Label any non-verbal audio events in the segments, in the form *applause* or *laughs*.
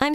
I'm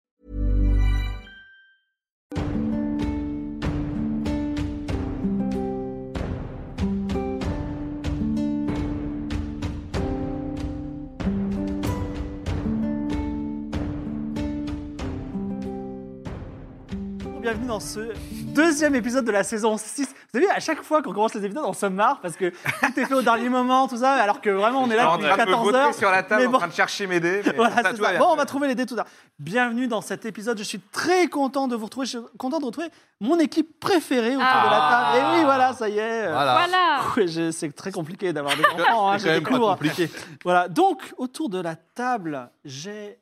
Bienvenue dans ce deuxième épisode de la saison 6. Vous avez vu, à chaque fois qu'on commence les épisodes, on se marre parce que tout est fait au dernier moment, tout ça, alors que vraiment, on est là Alors, depuis on est un peu 14 vautré heures. sur la table mais en bon. train de chercher mes dés. *laughs* mais Voilà, ça, c'est tout va ça. bien. Bon, on va trouver les dés tout à l'heure. Bienvenue dans cet épisode. Je suis très content de vous retrouver. Je suis content de retrouver mon équipe préférée autour de Ah. la table. Et oui, voilà, ça y est. Voilà. Voilà. Ouais, je- C'est très compliqué d'avoir *laughs* des enfants. hein, C'est quand j'ai des même pas cours. compliqué. Voilà. Donc, autour de la table, j'ai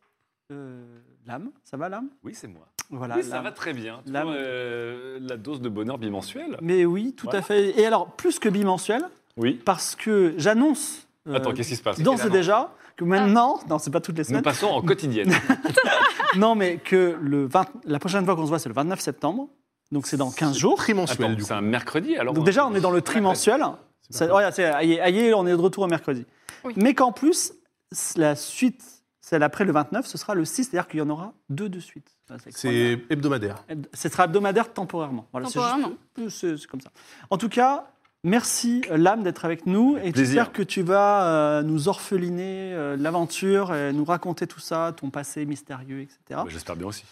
euh, l'âme. Ça va, l'âme Oui, c'est moi. Voilà. oui, ça l'âme. va très bien. La- La, la dose de bonheur bimensuelle. Mais oui, tout à Voilà. fait. Et alors, plus que bimensuel, Oui. parce que j'annonce euh, Attends, qu'est-ce qui se passe d'ores et déjà que maintenant, non, c'est pas toutes les Nous semaines, passons *laughs* en quotidienne. non, mais que le 20 la prochaine fois qu'on se voit, c'est le 29 septembre, donc c'est dans 15 jours. Trimensuel, Attends, du coup. c'est un mercredi alors. Donc déjà, on est dans le trimensuel. Ça- Regarde, c'est aïe, aïe, on est de retour au mercredi. Oui. Mais qu'en plus, la suite, celle après le 29, ce sera le 6, c'est-à-dire qu'il y en aura deux de suite. Ça, extraordinaire. C'est hebdomadaire. Ce sera hebdomadaire temporairement. Voilà, c'est juste- Temporairement. C'est c'est comme ça. En tout cas, merci euh, Lame d'être avec nous. Et plaisir. j'espère que tu vas euh, nous orpheliner euh, de l'aventure, et nous raconter tout ça, ton passé mystérieux, etc. Bah, J'espère bien aussi.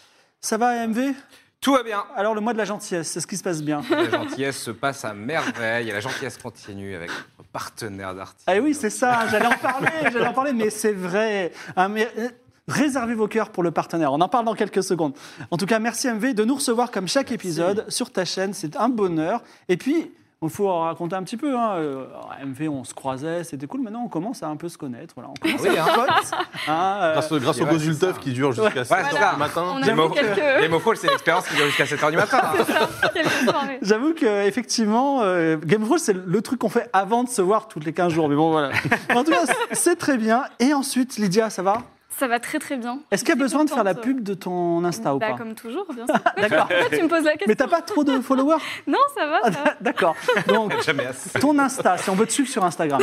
Ça va, AMV Tout va bien. Alors, le mois de la gentillesse, c'est ce qui se passe bien. La gentillesse se passe à merveille et la gentillesse continue avec notre partenaire d'artiste. Ah oui, c'est ça, j'allais en parler, j'allais en parler, mais c'est vrai. Hein, mais, euh, réservez vos cœurs pour le partenaire, on en parle dans quelques secondes. En tout cas, merci MV de nous recevoir comme chaque épisode sur ta chaîne, c'est un bonheur. Et puis, il faut en raconter un petit peu. Hein. euh, MV, on se croisait, c'était cool, maintenant on commence à un peu se connaître. Voilà, on commence Oui, à hein. être potes, hein, euh, Grâce, grâce c'est au vrai, c'est Gozultov ça. qui dure jusqu'à 7 Voilà, c'est h ça. du matin. On a Les vu mots- Les quelques, mots folles, c'est l'expérience qui dure jusqu'à 7h du matin. hein. quelques soirées. J'avoue que effectivement, euh, Game of Thrones, c'est le truc qu'on fait avant de se voir toutes les 15 jours. Mais bon, voilà. En tout cas, c'est très bien. Et ensuite, Lydia, ça va Ça va très très bien. Est-ce qu'il y a Je suis besoin de faire la contente. pub de ton Insta ou Bah, pas Comme toujours, bien *laughs* sûr. D'accord. Pourquoi tu me poses la Mais Ah, question t'as pas trop de followers Non, ça va, ça D'accord. *laughs* Donc, Jamais assez. ton Insta, si on veut te suivre sur Instagram.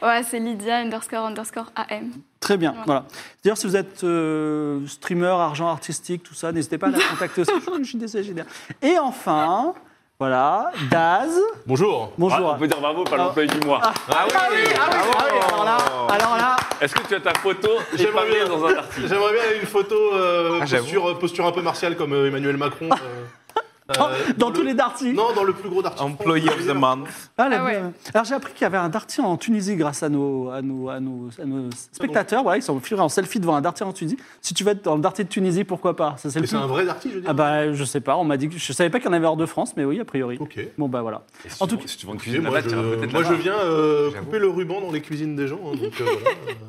va. Ouais, c'est Lydia underscore underscore AM. Très bien, voilà. D'ailleurs, si vous êtes euh, streamer, argent artistique, tout ça, n'hésitez pas à la contacter aussi. Je suis désolé, j'ai l'air. Et enfin, voilà, Daz. Bonjour. Bonjour. Ah, on peut dire bravo, pas Ah. l'employé du mois. Ah oui, bravo. Ah oui, alors là, alors là, Est-ce que tu as ta photo et J'aimerais pas bien. bien dans un article J'aimerais bien une photo euh, Ah, j'avoue. posture, posture un peu martiale comme euh, Emmanuel Macron. euh, euh, dans le- tous les darties. Non, dans le plus gros d'artiste. Employee of the month. Ah, la- Ah ouais. Alors j'ai appris qu'il y avait un dartier en Tunisie grâce à nos, à nos, à nos, à nos spectateurs. Voilà, ils sont filmés en selfie devant un dartier en Tunisie. Si tu veux être dans le dartier de Tunisie, pourquoi pas Ça, c'est le Mais C'est plus- un vrai artiste, je veux dire. Ah bah je sais pas. On m'a dit que je savais pas qu'il y en avait hors de France, mais oui a priori. Ok. Bon bah voilà. Et si En tu- tout cas- si tu vends une Excusez, cuisine moi, là-bas, je, tu iras peut-être moi, je là-bas. viens euh, J'avoue. couper le ruban dans les cuisines des gens. hein, donc, euh, voilà.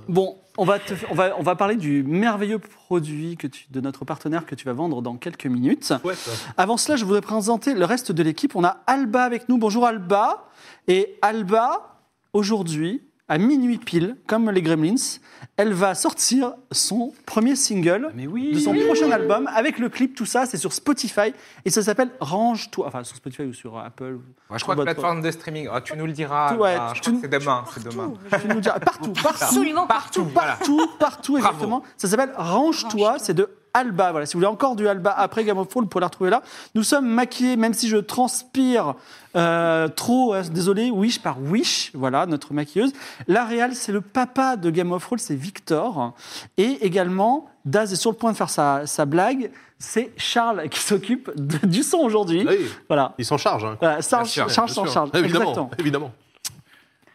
Bon, on va, te- on, va, on va parler du merveilleux produit que tu- de notre partenaire que tu vas vendre dans quelques minutes. Ouais, ça. Avant cela, je voudrais présenter le reste de l'équipe. On a Alba avec nous. Bonjour Alba. Et Alba, aujourd'hui, à minuit pile, comme les Gremlins, elle va sortir son premier Ah, single de son prochain album avec le clip, tout ça, c'est sur Spotify et ça s'appelle Range-toi. Enfin, sur Spotify ou sur Apple. Moi, je crois Bah, que plateforme de streaming. Ah, tu nous le diras. Ouais, bah, je tu- crois que c'est demain. *laughs* C'est demain. *laughs* Tu nous diras- partout, partout, Absolument Partout. voilà. partout, partout, Bravo. exactement. Ça s'appelle Range-toi, c'est de Alba. Voilà, si vous voulez encore du Alba après Game of Thrones, vous pouvez la retrouver là. Nous sommes maquillés, même si je transpire euh, trop, euh, désolé, Wish par Wish, voilà, notre maquilleuse. La réal, c'est le papa de Game of Thrones, c'est Victor. Et également, Daz est sur le point de faire sa, sa blague, c'est Charles qui *laughs* s'occupe de- du son aujourd'hui. Là, il- Voilà. il s'en charge. hein. Voilà, Charles sûr, Charles Bien s'en sûr. Ah, charge. Exactement Évidemment. Évidemment.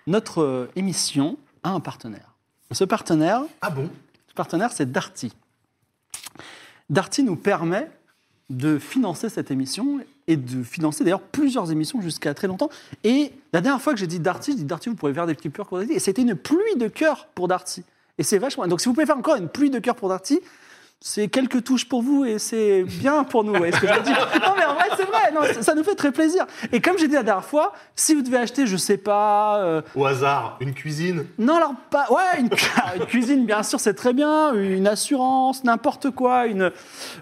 notre euh, émission a un partenaire. Ce partenaire, Ah bon ce partenaire, c'est Darty. Darty nous permet de financer cette émission et de financer d'ailleurs plusieurs émissions jusqu'à très longtemps. Et la dernière fois que j'ai dit Darty, je dis Darty, vous pouvez faire des petits pleurs pour Darty. Et c'était une pluie de cœur pour Darty. Et c'est vachement. Donc si vous pouvez faire encore une pluie de cœur pour Darty, c'est quelques touches pour vous et c'est bien pour nous. Vous voyez ce que je veux dire Non, mais en vrai, c'est vrai. Non, ça- ça nous fait très plaisir. Et comme j'ai dit la dernière fois, si vous devez acheter, je sais pas, euh, Au hasard, une cuisine. non, alors pas. Ouais, une, *laughs* cu- une cuisine, bien sûr, c'est très bien. Une assurance, n'importe quoi. Une.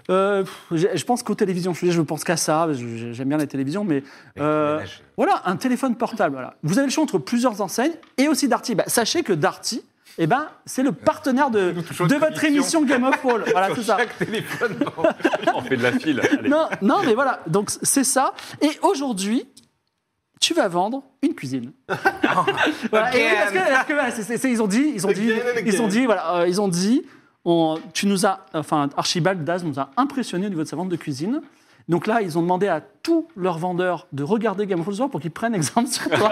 euh, pff, je je pense qu'aux télévisions. Je, veux dire, je pense qu'à ça. parce que J'aime bien les télévisions, mais. euh, ménager. voilà, un téléphone portable. Voilà. Vous avez le choix entre plusieurs enseignes et aussi Darty. Bah, sachez que Darty. Eh ben, c'est le partenaire de, touchons de Euh, une votre émission émission. Game of *laughs* Thrones. Voilà, c'est ça. Chaque téléphone. On fait de la file. Allez. Non, non, mais voilà. Donc, c'est ça. Et aujourd'hui, tu vas vendre une cuisine. Voilà. Et oui, parce que, parce que, voilà, c'est- c'est- c'est- ils ont dit, ils ont dit, Again and ils ont again. dit, voilà, euh, ils ont dit, on- tu nous as, enfin, Archibald Daz nous a impressionné au niveau de sa vente de cuisine. Donc là, ils ont demandé à tous leurs vendeurs de regarder Game of Thrones pour qu'ils prennent exemple sur toi.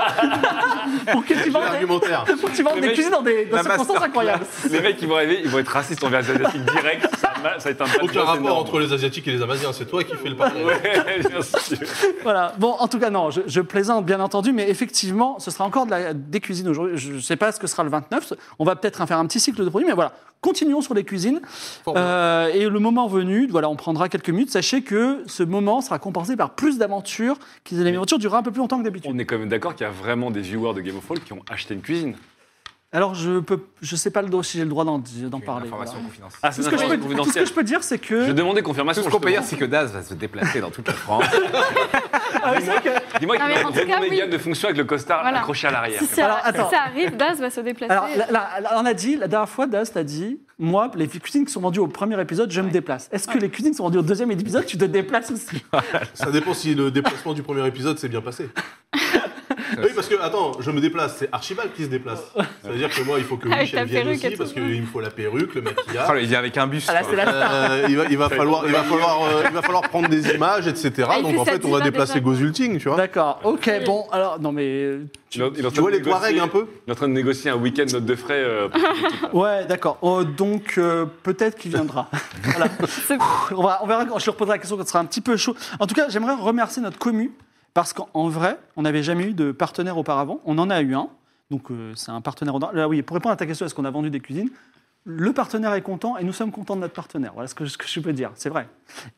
pour que tu J'ai vendes, *laughs* l'argumentaire. pour que tu vendes Le des mec- cuisines dans des dans la des circonstances masterclass. incroyables. Les mecs, ils vont arriver, ils vont être racistes envers les Asiatiques direct. Ça, va- ça va être un mal Aucun rapport entre les Asiatiques et les Amaziens, c'est toi qui fais le parallèle. Ouais, *laughs* bien sûr. Voilà. Bon, en tout cas, non, je, je plaisante, bien entendu, mais effectivement, ce sera encore de la, des cuisines aujourd'hui. Je ne sais pas ce que sera le 29. On va peut-être en faire un petit cycle de produits, mais voilà. Continuons sur les cuisines. Euh, et le moment venu, voilà, on prendra quelques minutes. Sachez que ce moment sera compensé par plus d'aventures, qui les aventures durera un peu plus longtemps que d'habitude. On est quand même d'accord qu'il y a vraiment des viewers de Game of Thrones qui ont acheté une cuisine. Alors, je peux, je sais pas le dos si j'ai le droit d'en d'en parler. Information voilà. confidentielle. Ah, Tout c'est ce, que je peux, tout ce que confidentiel. je peux dire, c'est que. Je demandais confirmation. Tout ce qu'on peut dire, justement. c'est que Daz va se déplacer dans toute la France. Dis-moi Non, qu'il mais a en tout cas, vraiment des oui. gammes de fonctions avec le costard Voilà. accroché à l'arrière. Si ça, Ah, Alors, si attends. ça arrive, Daz va se déplacer. Alors, là, là, là, on a dit, la dernière fois, Daz t'a dit, moi, les cuisines qui sont vendues au premier épisode, je me déplace. Est-ce que les cuisines qui sont vendues au deuxième épisode, tu te déplaces aussi Ça dépend si le déplacement du premier épisode s'est bien *laughs* passé. Ah oui, parce que, attends, je me déplace, c'est Archibald qui se déplace. Ça veut dire que moi, il faut que Avec Michel ta vienne Ah, perruque et aussi, tout. parce qu'il me faut la perruque, le maquillage. *laughs* Oh, il vient avec un bus. Ah, là, quoi. c'est la star. Euh, il, va, il va falloir, il, va falloir, euh, il va falloir prendre des images, etc. Ah, il Donc fait en ça fait, on va déjà, déplacer déjà. Gozulting, tu vois. D'accord, ok, bon, alors, non mais... euh, Il est en- il est en Tu train vois de les Touaregs négocier- un peu Il est en train de négocier un week-end note de frais. euh, pour toute l'équipe, là. Ouais, d'accord, Oh, donc euh, peut-être qu'il viendra. *laughs* Voilà. on, va- on verra, quand- je lui reposerai la question quand ce sera un petit peu chaud. En tout cas, j'aimerais remercier notre commu, parce qu'en en vrai, on n'avait jamais eu de partenaire auparavant, on en a eu un, donc euh, c'est un partenaire... en- Là, oui, pour répondre à ta question, est-ce qu'on a vendu des cuisines le partenaire est content et nous sommes contents de notre partenaire. Voilà ce que, ce que je peux dire, c'est vrai.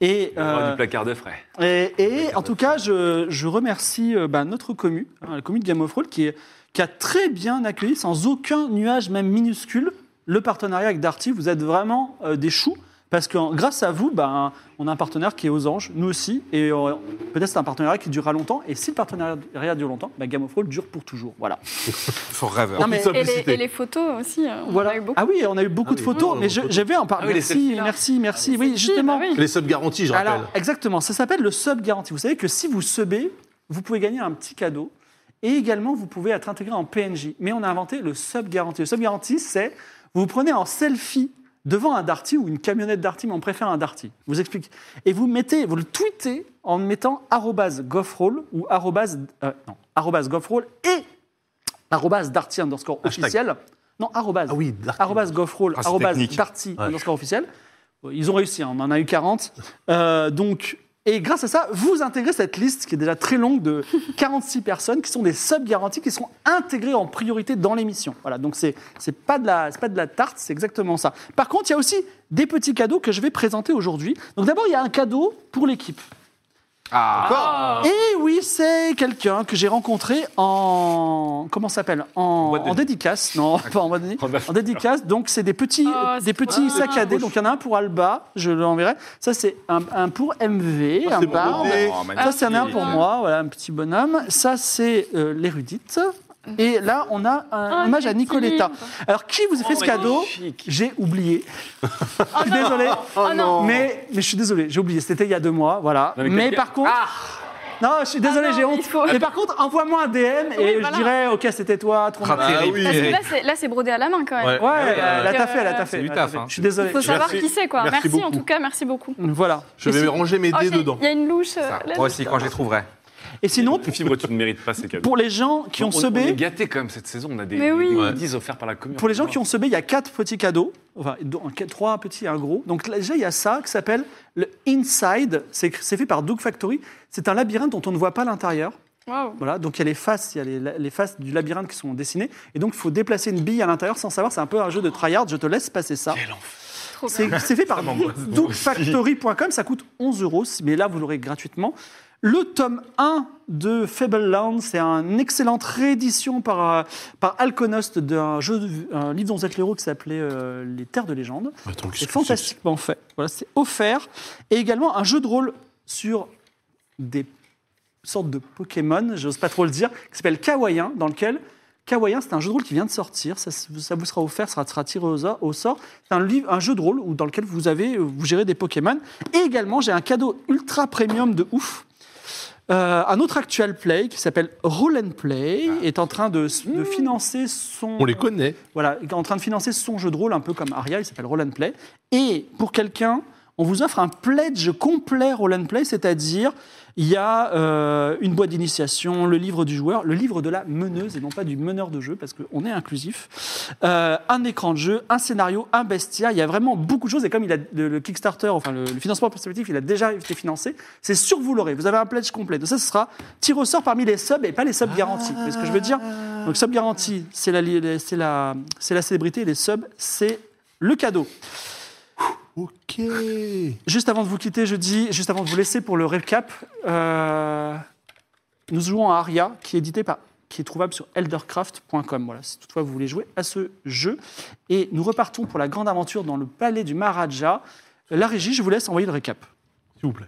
Et, On aura euh, du placard de frais. Et, et, en tout cas, je, je remercie euh, bah, notre commu, hein, la commu de Game of Thrones, qui, est- qui a très bien accueilli, sans aucun nuage, même minuscule, le partenariat avec Darty. Vous êtes vraiment euh, des choux, parce que en- grâce à vous, bah, on a un partenaire qui est aux anges, nous aussi, et euh, peut-être c'est un partenariat qui durera longtemps. Et si le partenariat dure longtemps, bah, Game of Thrones dure pour toujours. Voilà. Forever. Non, mais- Et les, Simplicité. et les photos aussi, euh, on en a eu beaucoup. Ah oui, on a eu beaucoup Ah de oui. photos, Oh, mais je, photos. je vais en parler. Ah oui, les merci, merci, selfies. merci. Oui, Si, bah justement. oui. Les subs garantis, je rappelle. Alors, exactement, ça s'appelle le sub garanti. Vous savez que si vous subez, vous pouvez gagner un petit cadeau. Et également, vous pouvez être intégré en PNJ. Mais on a inventé le sub garanti. Le sub garanti, c'est vous vous prenez en selfie devant un Darty ou une camionnette Darty, mais on préfère un Darty. Je vous explique. Et vous mettez, vous le tweetez en mettant arrobase @goffroll ou arrobase euh, non, arrobase @goffroll et arrobase @darty underscore officiel. Non, arrobase. Ah oui, Darty. Arrobase goffroll, Ah, c'est arrobase technique. Darty Ouais. underscore officiel. Ils ont réussi, hein, on en a eu 40. Euh, donc, et grâce à ça, vous intégrez cette liste qui est déjà très longue *laughs* de 46 personnes qui sont des sub-garanties qui seront intégrées en priorité dans l'émission. Voilà, donc c'est c'est pas de la c'est pas de la tarte, c'est exactement ça. Par contre, il y a aussi des petits cadeaux que je vais présenter aujourd'hui. Donc d'abord, il y a un cadeau pour l'équipe. Ah, Encore Et oui, c'est quelqu'un que j'ai rencontré en comment ça s'appelle en, boîte de en nuit. dédicace, *laughs* non, pas en boîte de nuit. En boîte- en dédicace. Donc c'est des petits Oh, des c'est petits trop sacs à dés. bien. Donc il y en a un pour Alba, je l'enverrai. Ça c'est un, un pour MV, Ah, un c'est mon bar. bébé. Oh, magnifique. Ça, c'est un pour moi, voilà, un petit bonhomme. Ça, c'est euh, l'érudite. Et là, on a un Oh, hommage à Mhm. c'est Nicoletta. mignon. Alors, qui vous a fait ce cadeau J'ai oublié. je suis désolé. Oh non. Mais, mais je suis désolé, j'ai oublié. C'était il y a deux mois, voilà. Non, mais mais quelqu'un- par contre. Non, je suis désolé, Ah non, j'ai mais honte. il faut- Mais par contre, envoie-moi un DM et Oui, je voilà. dirais, ok, c'était toi, trop Ah, mal. Ah terrible. oui. Parce que là, c'est- là, c'est brodé à la main quand même. Ouais. Ouais, euh, ouais. elle a taffé, elle a taffé. C'est du elle a taf, taffé. hein. Je suis désolé. Il faut savoir Merci. qui c'est, quoi. Merci Merci, en beaucoup. tout cas, merci beaucoup. Voilà. Je vais ranger mes Oh, dés j'ai- dedans. Il y a une louche. euh, ça, là- Moi aussi, quand je les trouverai. Et sinon, Fibre, tu ne mérites pas ces cadeaux. pour les gens qui ont on, on est sebé, gâtés quand même cette saison. On a des Mais oui. des Ouais. goodies offerts par la commune. Pour les gens qui ont sebé, il y a quatre petits cadeaux, enfin, dont- qu- trois petits et un gros. Donc là, déjà, il y a ça qui s'appelle le Inside. C'est c'est fait par Doug Factory. C'est un labyrinthe dont on ne voit pas l'intérieur. Waouh. Voilà, donc il y a les faces, il y a les, les faces du labyrinthe qui sont dessinées. Et donc, il faut déplacer une bille à l'intérieur sans savoir. C'est un peu un jeu de tryhard. Je te laisse passer ça. Trop bien. C'est c'est fait par doofactory.com, ça coûte 11 euros, mais là vous l'aurez gratuitement. Le tome 1 de Fable Land, c'est une excellente réédition par, euh, par Alconost d'un jeu, de- un livre dont vous êtes l'héros qui s'appelait euh, Les Terres de légende. Attends, C'est fantastiquement fait. Voilà, c'est offert. Et également un jeu de rôle sur des sortes de Pokémon, j'ose pas trop le dire, qui s'appelle Kawaien, dans lequel Kawaien, c'est un jeu de rôle qui vient de sortir. Ça, ça vous sera offert, ça sera tiré au, au sort. C'est un, livre, un jeu de rôle où, dans lequel vous, avez, vous gérez des Pokémon. Et également, j'ai un cadeau ultra premium de ouf. Euh, un autre actual play qui s'appelle Roll and Play est en train de, de financer son. On les connaît. Voilà, en train de financer son jeu de rôle, un peu comme Aria, il s'appelle Roll and Play. Et pour quelqu'un, on vous offre un pledge complet Roll and Play, c'est-à-dire il y a euh, une boîte d'initiation, le livre du joueur, le livre de la meneuse et non pas du meneur de jeu, parce qu'on est inclusif, Euh, un écran de jeu, un scénario, un bestiaire, il y a vraiment beaucoup de choses. Et comme il a le, le Kickstarter, enfin le, le financement prospectif, il a déjà été financé, c'est sûr que vous l'aurez. Vous avez un pledge complet. Donc ça, ce sera tir au sort parmi les subs et pas les subs garantis. C'est ce que je veux dire donc sub garantie, c'est la, li- les- c'est la, c'est la célébrité. et Les subs, c'est le cadeau. Ok. Juste avant de vous quitter, je dis, juste avant de vous laisser pour le récap, euh, nous jouons à Aria, qui est édité par qui est trouvable sur eldercraft.com. Voilà, si toutefois vous voulez jouer à ce jeu. Et nous repartons pour la grande aventure dans le palais du Maharaja. Euh, La régie, je vous laisse envoyer le récap. S'il vous plaît.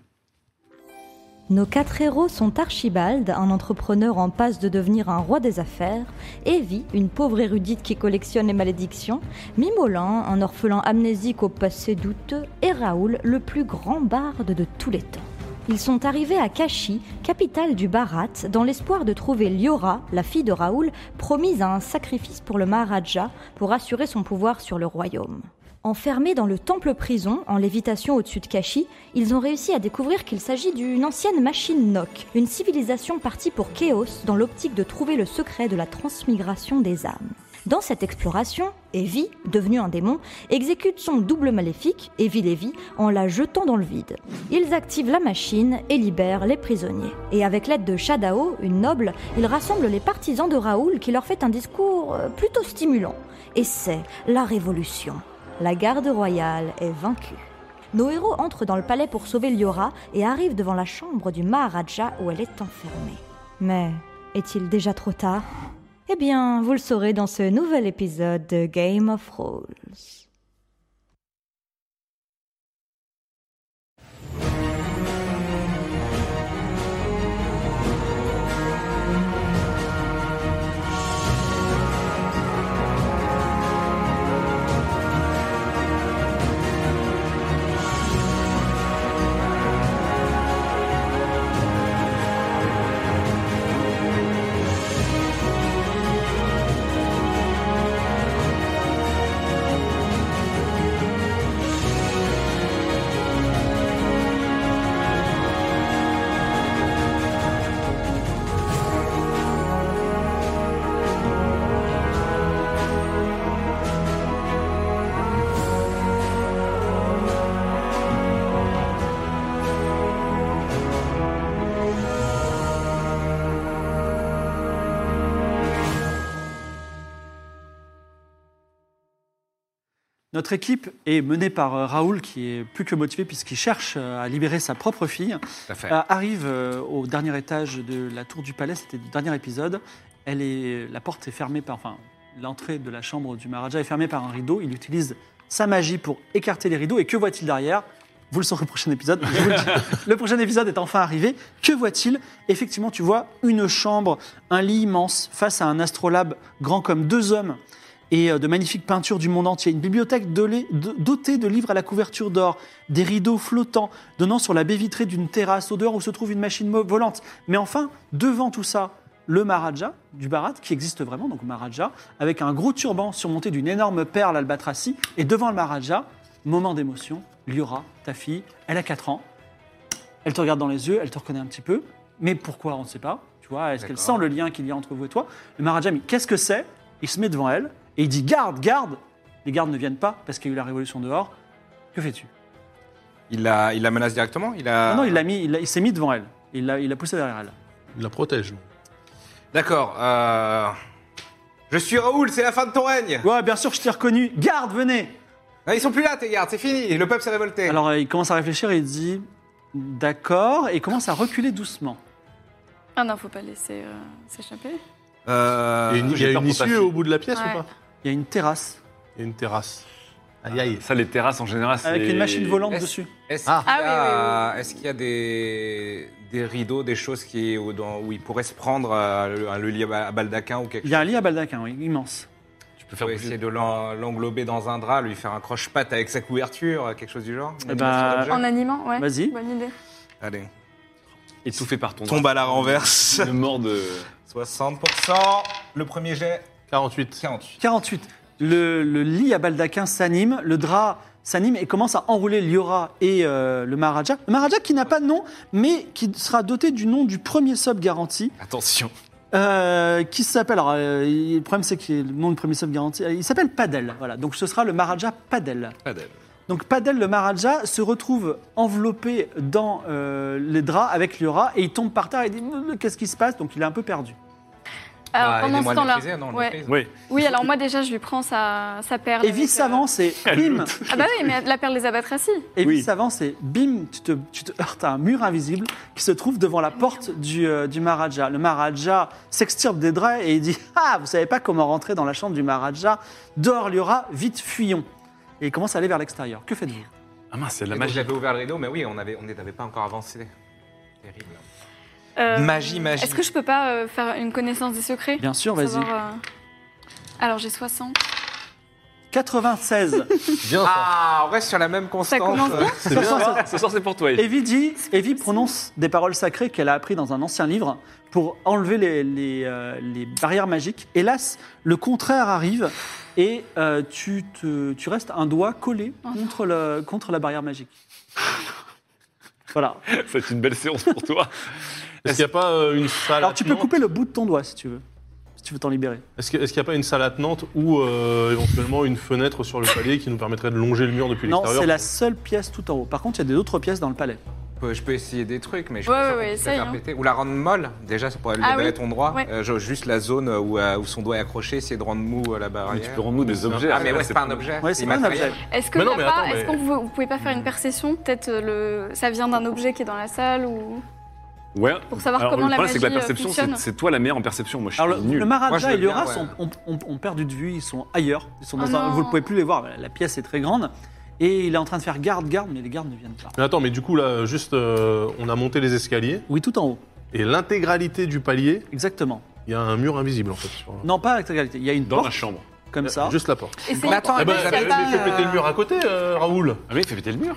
Nos quatre héros sont Archibald, un entrepreneur en passe de devenir un roi des affaires, Evie, une pauvre érudite qui collectionne les malédictions, Mimolin, un orphelin amnésique au passé douteux, et Raoul, le plus grand barde de tous les temps. Ils sont arrivés à Kashi, capitale du Bharat, dans l'espoir de trouver Liora, la fille de Raoul, promise à un sacrifice pour le Maharaja pour assurer son pouvoir sur le royaume. Enfermés dans le temple-prison, en lévitation au-dessus de Kashi, ils ont réussi à découvrir qu'il s'agit d'une ancienne machine Nok, une civilisation partie pour Chaos dans l'optique de trouver le secret de la transmigration des âmes. Dans cette exploration, Evie, devenu un démon, exécute son double maléfique, Evie Lévy, en la jetant dans le vide. Ils activent la machine et libèrent les prisonniers. Et avec l'aide de Shadao, une noble, ils rassemblent les partisans de Raoul qui leur fait un discours euh, plutôt stimulant. Et c'est la révolution. La garde royale est vaincue. Nos héros entrent dans le palais pour sauver Liora et arrivent devant la chambre du Maharaja où elle est enfermée. Mais est-il déjà trop tard Eh bien, vous le saurez dans ce nouvel épisode de Game of Rolls. Notre équipe est menée par euh, Raoul, qui est plus que motivé puisqu'il cherche euh, à libérer sa propre fille. Tout à fait. Euh, arrive euh, au dernier étage de la tour du palais, c'était le dernier épisode. Elle est, la porte est fermée par, enfin, l'entrée de la chambre du Maharaja est fermée par un rideau. Il utilise sa magie pour écarter les rideaux. Et que voit-il derrière Vous le saurez au prochain épisode. Je vous le, dis. Le prochain épisode est enfin arrivé. Que voit-il Effectivement, tu vois une chambre, un lit immense face à un astrolabe grand comme deux hommes et euh, de magnifiques peintures du monde entier, une bibliothèque dolée- do- dotée de livres à la couverture d'or, des rideaux flottants donnant sur la baie vitrée d'une terrasse au dehors où se trouve une machine mo- volante. Mais enfin, devant tout ça, le Maharaja du Bharat, qui existe vraiment, donc Maharaja, avec un gros turban surmonté d'une énorme perle albatracie. Et devant le Maharaja, moment d'émotion, Liora, ta fille, elle a 4 ans, elle te regarde dans les yeux, elle te reconnaît un petit peu, mais pourquoi, on ne sait pas. Tu vois, est-ce qu'elle D'accord. sent le lien qu'il y a entre vous et toi Le Maharaja, mais qu'est-ce que c'est Il se met devant elle et il dit Garde, garde Les gardes ne viennent pas parce qu'il y a eu la révolution dehors. Que fais-tu Il la, il la menace directement il a... Ah Non, non, il l'a mis, il, l'a- il s'est mis devant elle. Il l'a, il l'a poussé derrière elle. Il la protège. D'accord. euh, Je suis Raoul, c'est la fin de ton règne. Ouais, bien sûr, je t'ai reconnu. Garde, venez Ah, ils sont plus là, tes gardes, c'est fini, le peuple s'est révolté. Alors euh, il commence à réfléchir et il dit d'accord et commence à reculer doucement. Ah non, faut pas laisser euh, s'échapper. Euh, Il y a une, il y a j'ai peur une qu'on passe. issue au bout de la pièce Ouais. ou pas Il y a une terrasse Il y a une terrasse. Aïe aïe. Ça, les terrasses en général, c'est. avec une machine volante Est-ce- dessus. Est-ce Ah. qu'il y a, Ah oui, oui, oui, oui. est-ce qu'il y a des, des rideaux, des choses qui, où, dans- où ils pourraient se prendre, euh, le- un le lit à ba- à baldaquin ou quelque Il chose y a un lit à baldaquin, oui, immense. Tu peux Faut faire essayer bouger. de l'en- l'englober dans un drap, lui faire un croche-patte avec sa couverture, quelque chose du genre Eh Une ben, animation d'objet En animant, ouais. Vas-y. Bonne idée. Allez. Étouffé par ton. Tombe à la *laughs* renverse. Le mort de. 60%. Le premier jet, 48. 48. 48. Le, le lit à baldaquin s'anime, le drap s'anime et commence à enrouler Liora et euh, le Maharaja. Le Maharaja qui n'a pas de nom, mais qui sera doté du nom du premier sub garanti, Attention. euh, qui s'appelle. alors, euh, il- le problème, c'est que le nom du premier sub garanti, euh, il s'appelle Padel. Voilà, donc ce sera le Maharaja Padel. Donc Padel, le Maharaja, se retrouve enveloppé dans euh, les draps avec Liora et il tombe par terre et dit Qu'est-ce qui se passe Donc il est un peu perdu. Alors Ah, pendant aidez-moi ce à le temps-là. maîtriser, non, on le ouais. maîtrise. Oui. Oui, alors moi déjà, je lui prends sa, sa perle. avec, Evie euh, s'avance et bim Ah bah oui, mais la perle des ah abatracies. Et Oui. puis ça avance et bim, tu te, tu te heurtes à un mur invisible qui se trouve devant la porte du, euh, du Maharaja. Le Maharaja s'extirpe des draps et il dit Ah, vous savez pas comment rentrer dans la chambre du Maharaja Dehors, Liora, vite, fuyons. Et il commence à aller vers l'extérieur. Que faites-vous Ah mince, c'est de la Et donc, magie. J'avais ouvert le rideau, mais oui, on n'avait on n'avait pas encore avancé. Terrible. Euh, Magie, magie. Est-ce que je peux pas euh, faire une connaissance des secrets Bien sûr, vas-y. Savoir, euh, Alors j'ai 60. 96. Bien ça. Ah, on reste sur la même constante. commence bien C'est bien ça. Ce soir, c'est pour toi. Eve. Evie, dit, Evie prononce des paroles sacrées qu'elle a apprises dans un ancien livre pour enlever les, les, euh, les barrières magiques. Hélas, le contraire arrive et euh, tu, te- tu restes un doigt collé contre, le, contre la barrière magique. Voilà. C'est une belle séance *laughs* pour toi. Est-ce qu'il n'y a pas euh, une salle Alors tu peux attenante couper le bout de ton doigt si tu veux. Si tu veux t'en libérer. Est-ce que- est-ce qu'il n'y a pas une salle attenante ou euh, éventuellement une fenêtre sur le palier qui nous permettrait de longer le mur depuis Non, l'extérieur c'est la seule pièce tout en haut. Par contre, il y a des autres pièces dans le palais. Je peux, je peux essayer des trucs, mais je Ouais, peux ouais, ouais, essaye, hein. Ou la rendre molle, déjà, ça pourrait Ah libérer oui. ton droit. Ouais. Euh, genre, juste la zone où, euh, où son doigt est accroché, essayer de rendre mou euh, la Mais barrière. tu peux rendre nous des objets. Ah, mais ouais, là, c'est pas un objet. Ouais, c'est pas un immatériel. objet. Est-ce que Mais non, on a mais pas- attends, est-ce mais- qu'on vous, vous pouvez pas faire une perception Peut-être euh, le ça vient d'un objet qui est dans la salle ou Ouais. pour savoir Alors, comment le la problème, c'est magie que la euh, perception, c'est- fonctionne. c'est toi la meilleure en perception. Moi, je suis Alors le, nul. le Moi, je Maharaja veux et Liora bien, ouais. sont- ont, ont- ont perdu de vue, ils sont ailleurs. Ils sont dans Oh un- vous ne non. pouvez plus les voir, la pièce est très grande. Et il est en train de faire garde-garde, mais les gardes ne viennent pas. Mais attends, mais du coup, là, juste, euh, on a monté les escaliers Oui, tout en haut, et l'intégralité du palier, exactement. il y a a un mur invisible en fait. sur- Non, pas avec qualité. Il y a une Oh. Dans la euh, porte chambre. comme ça. Juste la porte. Essayez Mais de attends, trouver Eh ben, mais s'il y a mais Ah, pas, fais péter euh, le mur à côté, euh, Raoul. Ah oui, il fait péter le mur.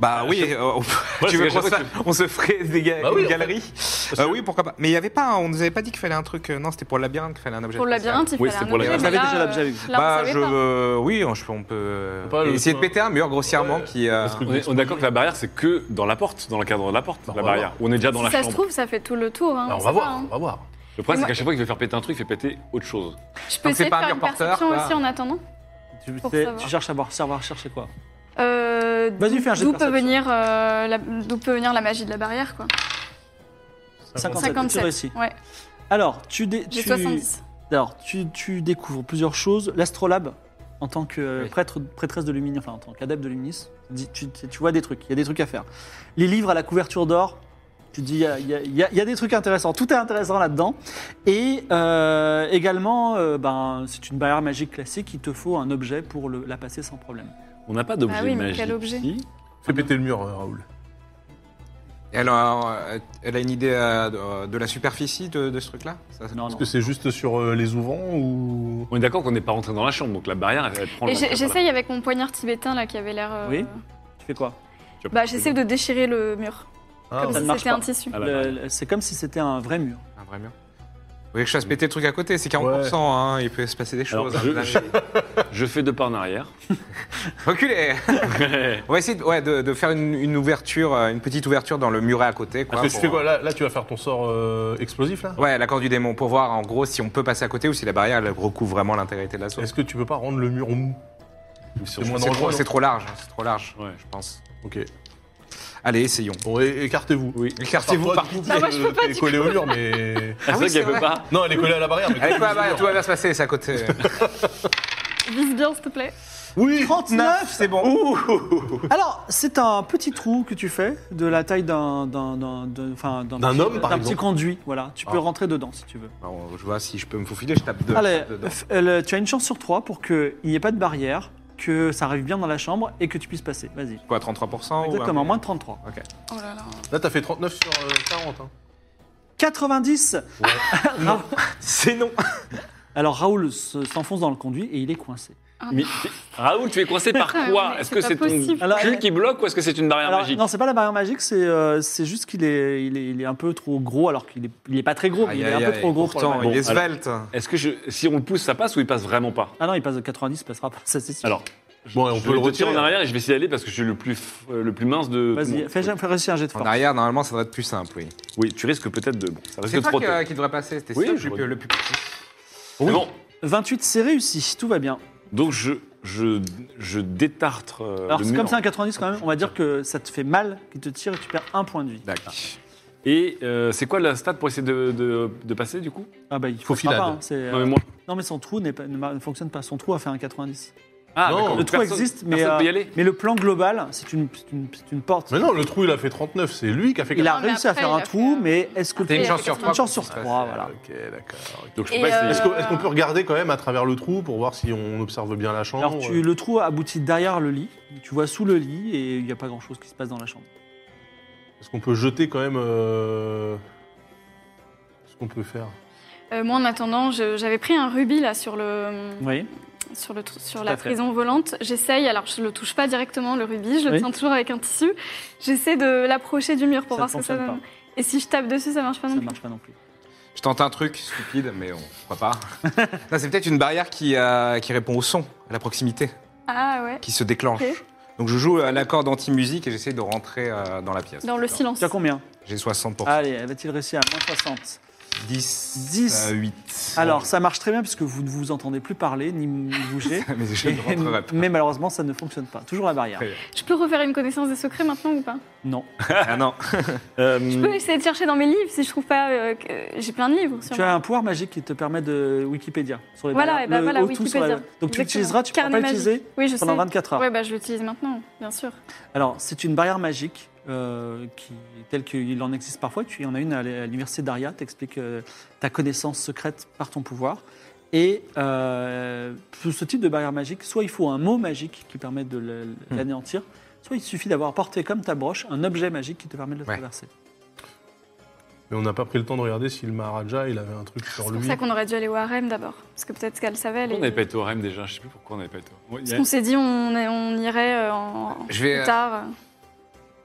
Bah oui, euh, Ouais, tu veux c'est qu'on à chaque se, on se ferait des ga- Bah oui, une en fait. galerie Euh, Oui, pourquoi pas. Mais il y avait pas, un- on nous avait pas dit qu'il fallait un truc. euh, non, c'était pour le labyrinthe qu'il fallait un objet. Pour le spécial. labyrinthe, il Oui, fallait c'est un pour le objet, labyrinthe. mais Vous avez déjà là, l'objet avec vous. euh, là, Bah, on je savait pas. veux- Oui, on, je peux- on peut euh, Pas le- essayer de péter un mur grossièrement Ouais. qui. euh, Le truc On est, Ah, on est d'accord que la barrière, c'est que dans la porte, dans le cadre de la porte, la va barrière. On est déjà dans Si la ça se chambre. trouve, ça fait tout le tour. hein, Bah, on sait va pas, voir, hein. on va voir. Le problème, Et c'est moi- qu'à chaque fois qu'il veut faire péter un truc, il fait péter autre chose. Je peux Donc, c'est essayer de pas un faire mur une porteur, ah. perception quoi. aussi en attendant. Tu, pour t'es- savoir. tu cherches à voir, savoir chercher quoi Euh, Vas-y, d'où- fais un jet de D'où peut perception. venir euh, la- d'où peut venir la magie de la barrière quoi 57. Tu 57. réussis. Ouais, Alors, tu, dé- j'ai tu- 70. alors, tu, tu découvres plusieurs choses. L'astrolabe, en tant que euh, Oui. prêtre, prêtresse de Luminis, enfin en tant qu'adepte de Luminis, dis- tu, tu- tu vois des trucs. Il y a des trucs à faire. Les livres à la couverture d'or. Tu dis, il y a- il y, a- il y a- il y a des trucs intéressants. Tout est intéressant là-dedans. Et euh, également, euh, ben, c'est une barrière magique classique. Il te faut un objet pour le- la passer sans problème. On n'a pas d'objet Ah oui, mais magique. quel objet ici. Ah Fais péter le mur, euh, Raoul. Elle, a, elle a une idée euh, de- de la superficie de, de ce truc-là Ça, ça- Non, non. Est-ce que c'est juste sur euh, les ouvrants ou. On est d'accord qu'on n'est pas rentré dans la chambre, donc la barrière, elle, elle prend Et le- j'ai- voilà. j'essaye avec mon poignard tibétain là qui avait l'air. euh, Oui. Tu fais quoi Tu vois, Bah j'essaie de déchirer le mur. Ah, comme ça si ne marche c'était pas. un tissu. Ah bah, Le- bah, le- C'est comme si c'était un vrai mur. Un vrai mur. Vous voulez que je fasse péter le truc à côté C'est 40%, hein, il peut se passer des Alors, choses. je- hein. Je fais deux pas en arrière. Reculez Est-ce On va essayer de, ouais, de, de faire une, une ouverture, euh, une petite ouverture dans le muret à côté. Quoi, Parce que tu pour, fais quoi là, là, tu vas faire ton sort euh, explosif là euh, Ouais, l'accord du démon, pour voir en gros si on peut passer à côté ou si la barrière elle recouvre vraiment l'intégrité de la zone. Est-ce que tu peux pas rendre le mur mou C'est moins C'est trop, dangereux. c'est trop large, hein, c'est trop large, Ouais. je pense. non Ok. Allez, essayons. Bon, é- écartez-vous. Oui. Écartez-vous par contre, Ah, moi, je peux pas, Elle est du collée au mur, mais. *laughs* C'est vrai oui, qu'elle c'est peut vrai. pas. *laughs* Non, elle est collée à la barrière, mais. Allez, collée quoi, au bah, mur. tout va bien se passer, c'est à côté. Vise bien s'il te plaît. Oui 39 c'est bon. Alors, c'est un petit trou que tu fais de la taille d'un d'un- d'un- d'un- enfin, d'un D'un petit- homme, par d'un petit exemple. conduit. Voilà, tu peux Ah. rentrer dedans si tu veux. Bon, je vois si je peux me faufiler, je tape deux. Allez, dedans. f- euh, le- tu as une chance sur trois pour qu'il n'y ait pas de barrière, que ça arrive bien dans la chambre et que tu puisses passer. Vas-y. Quoi, 33% ou Exactement, un- moins de 33. Oh là là. Là, t'as fait 39 sur euh, 40. hein. 90 *laughs* Raoul- C'est non. Alors Raoul se- s'enfonce dans le conduit et il est coincé. Mais, Raoul, tu es coincé *laughs* par Ouais, quoi Ah. mais Est-ce c'est que pas c'est ton possible. Alors, cul qui bloque ou est-ce que c'est une barrière Alors, Ah, magique non, c'est pas la barrière magique, c'est euh, c'est juste qu'il est, il est, il est un peu trop gros, alors qu'il est, il est pas très gros, mais Aïe, il est aïe, un peu aïe, trop gros pour la Pourtant, barrière. il est svelte. Est-ce que je, si on le pousse, ça passe ou il passe vraiment pas Ah non, il passe de 90, il passera pas, ça c'est sûr. Alors, Bon, et on je peut le vais te tirer en retirer. arrière et je vais essayer d'aller parce que je suis le plus, f- euh, le plus mince de. tout le Vas-y, monde. fais, fais réussir un jet de En force. arrière, normalement, ça devrait être plus simple, oui. Oui, tu risques peut-être de. Bon, ça risque C'est de te toi qui, frotter. euh, qui devrais passer, c'était Oui, sûr, je le plus- le plus petit. Mais Bon, 28, c'est réussi, tout va bien. donc je, je, je détartre. euh, Alors le c'est mur. comme ça un 90 quand même, on va dire que ça te fait mal, qu'il te tire et tu perds un point de vie. D'accord. Et euh, c'est quoi la stat pour essayer de, de- de passer du coup Ah bah il Faut faut filade. pas, hein, c'est, euh, Non, mais moi. non, mais son trou n'est pas- ne, mar- ne fonctionne pas, son trou a fait un 90. Ah, Non, d'accord. le trou Personne- existe, mais, Personne peut y euh, aller mais le plan global, c'est une, c'est une, c'est une porte. Mais non, le trou, il a fait 39. C'est lui qui a fait Il a Non, mais réussi à après, faire il un a trou, fait un- mais est-ce que Après, T'es il une a chance fait sur quatre-vingts. trois. Une chance sur Ça, trois, c'est- Ah, voilà. Ok, d'accord. Donc je Et, peux pas euh, essayer. Est-ce qu'on est-ce qu'on peut regarder quand même à travers le trou pour voir si on observe bien la chambre Alors tu, le trou aboutit derrière le lit, tu vois sous le lit et il n'y a pas grand chose qui se passe dans la chambre. Est-ce qu'on peut jeter quand même euh, ce qu'on peut faire Euh, moi, en attendant, je- j'avais pris un rubis là sur le Vous voyez sur le tr- sur à la fait. prison volante. J'essaye. Alors, je le touche pas directement le rubis. Je le Oui. tiens toujours avec un tissu. J'essaie de l'approcher du mur pour Ça voir ce que ça fonctionne donne. Et si je tape dessus, ça marche pas Ça non ne plus. marche pas non plus. Je tente un truc stupide, mais on croit pas. *laughs* Non, c'est peut-être une barrière qui, euh, qui répond au son, à la proximité, Ah ouais. qui se déclenche. Oh, Ok. Donc je joue euh, à l'accord d'anti-musique et j'essaie de rentrer euh, dans la pièce. Dans le silence. Tu as combien J'ai 60%. Allez, va-t-il réussir à moins 60 10. 10. 8. Alors, ça marche très bien puisque vous ne vous entendez plus parler ni bouger. *laughs* Mais *laughs* je Et- ne rentrerai pas. mais malheureusement, ça ne fonctionne pas. Toujours la barrière. Je peux refaire une connaissance des secrets maintenant ou pas Non. Ah non. Euh, Je Mm. peux essayer de chercher dans mes livres si je trouve pas. euh, que- J'ai plein de livres. Sur Tu as un pouvoir magique qui te permet de Wikipédia sur les Voilà, barrières. et ben Le voilà, O2 sur la- Wikipédia. Donc tu Exactement. l'utiliseras, tu ne pourras Carnet pas magique. l'utiliser Oui, je pendant sais. 24 Ah. heures. Ouais, bah je l'utilise maintenant, bien sûr. Alors, c'est une barrière magique euh, qui, telle qu'il en existe parfois. Tu en as une à l'université d'Aria, t'explique euh, ta connaissance secrète par ton pouvoir. Et euh, pour ce type de barrière magique, soit il faut un mot magique qui permet de le- l'anéantir, soit il suffit d'avoir porté comme ta broche un objet magique qui te permet de le Ouais. traverser. Mais on n'a pas pris le temps de regarder si le Maharaja, il avait un truc sur C'est lui. pour ça qu'on aurait dû aller au harem d'abord. Parce que peut-être qu'elle savait. elle Pourquoi on n'avait est- pas été au REM déjà Je sais plus pourquoi on n'avait pas été au Ouais, il y Parce a- qu'on s'est dit on, est- on irait euh, en, Je vais, plus euh, tard.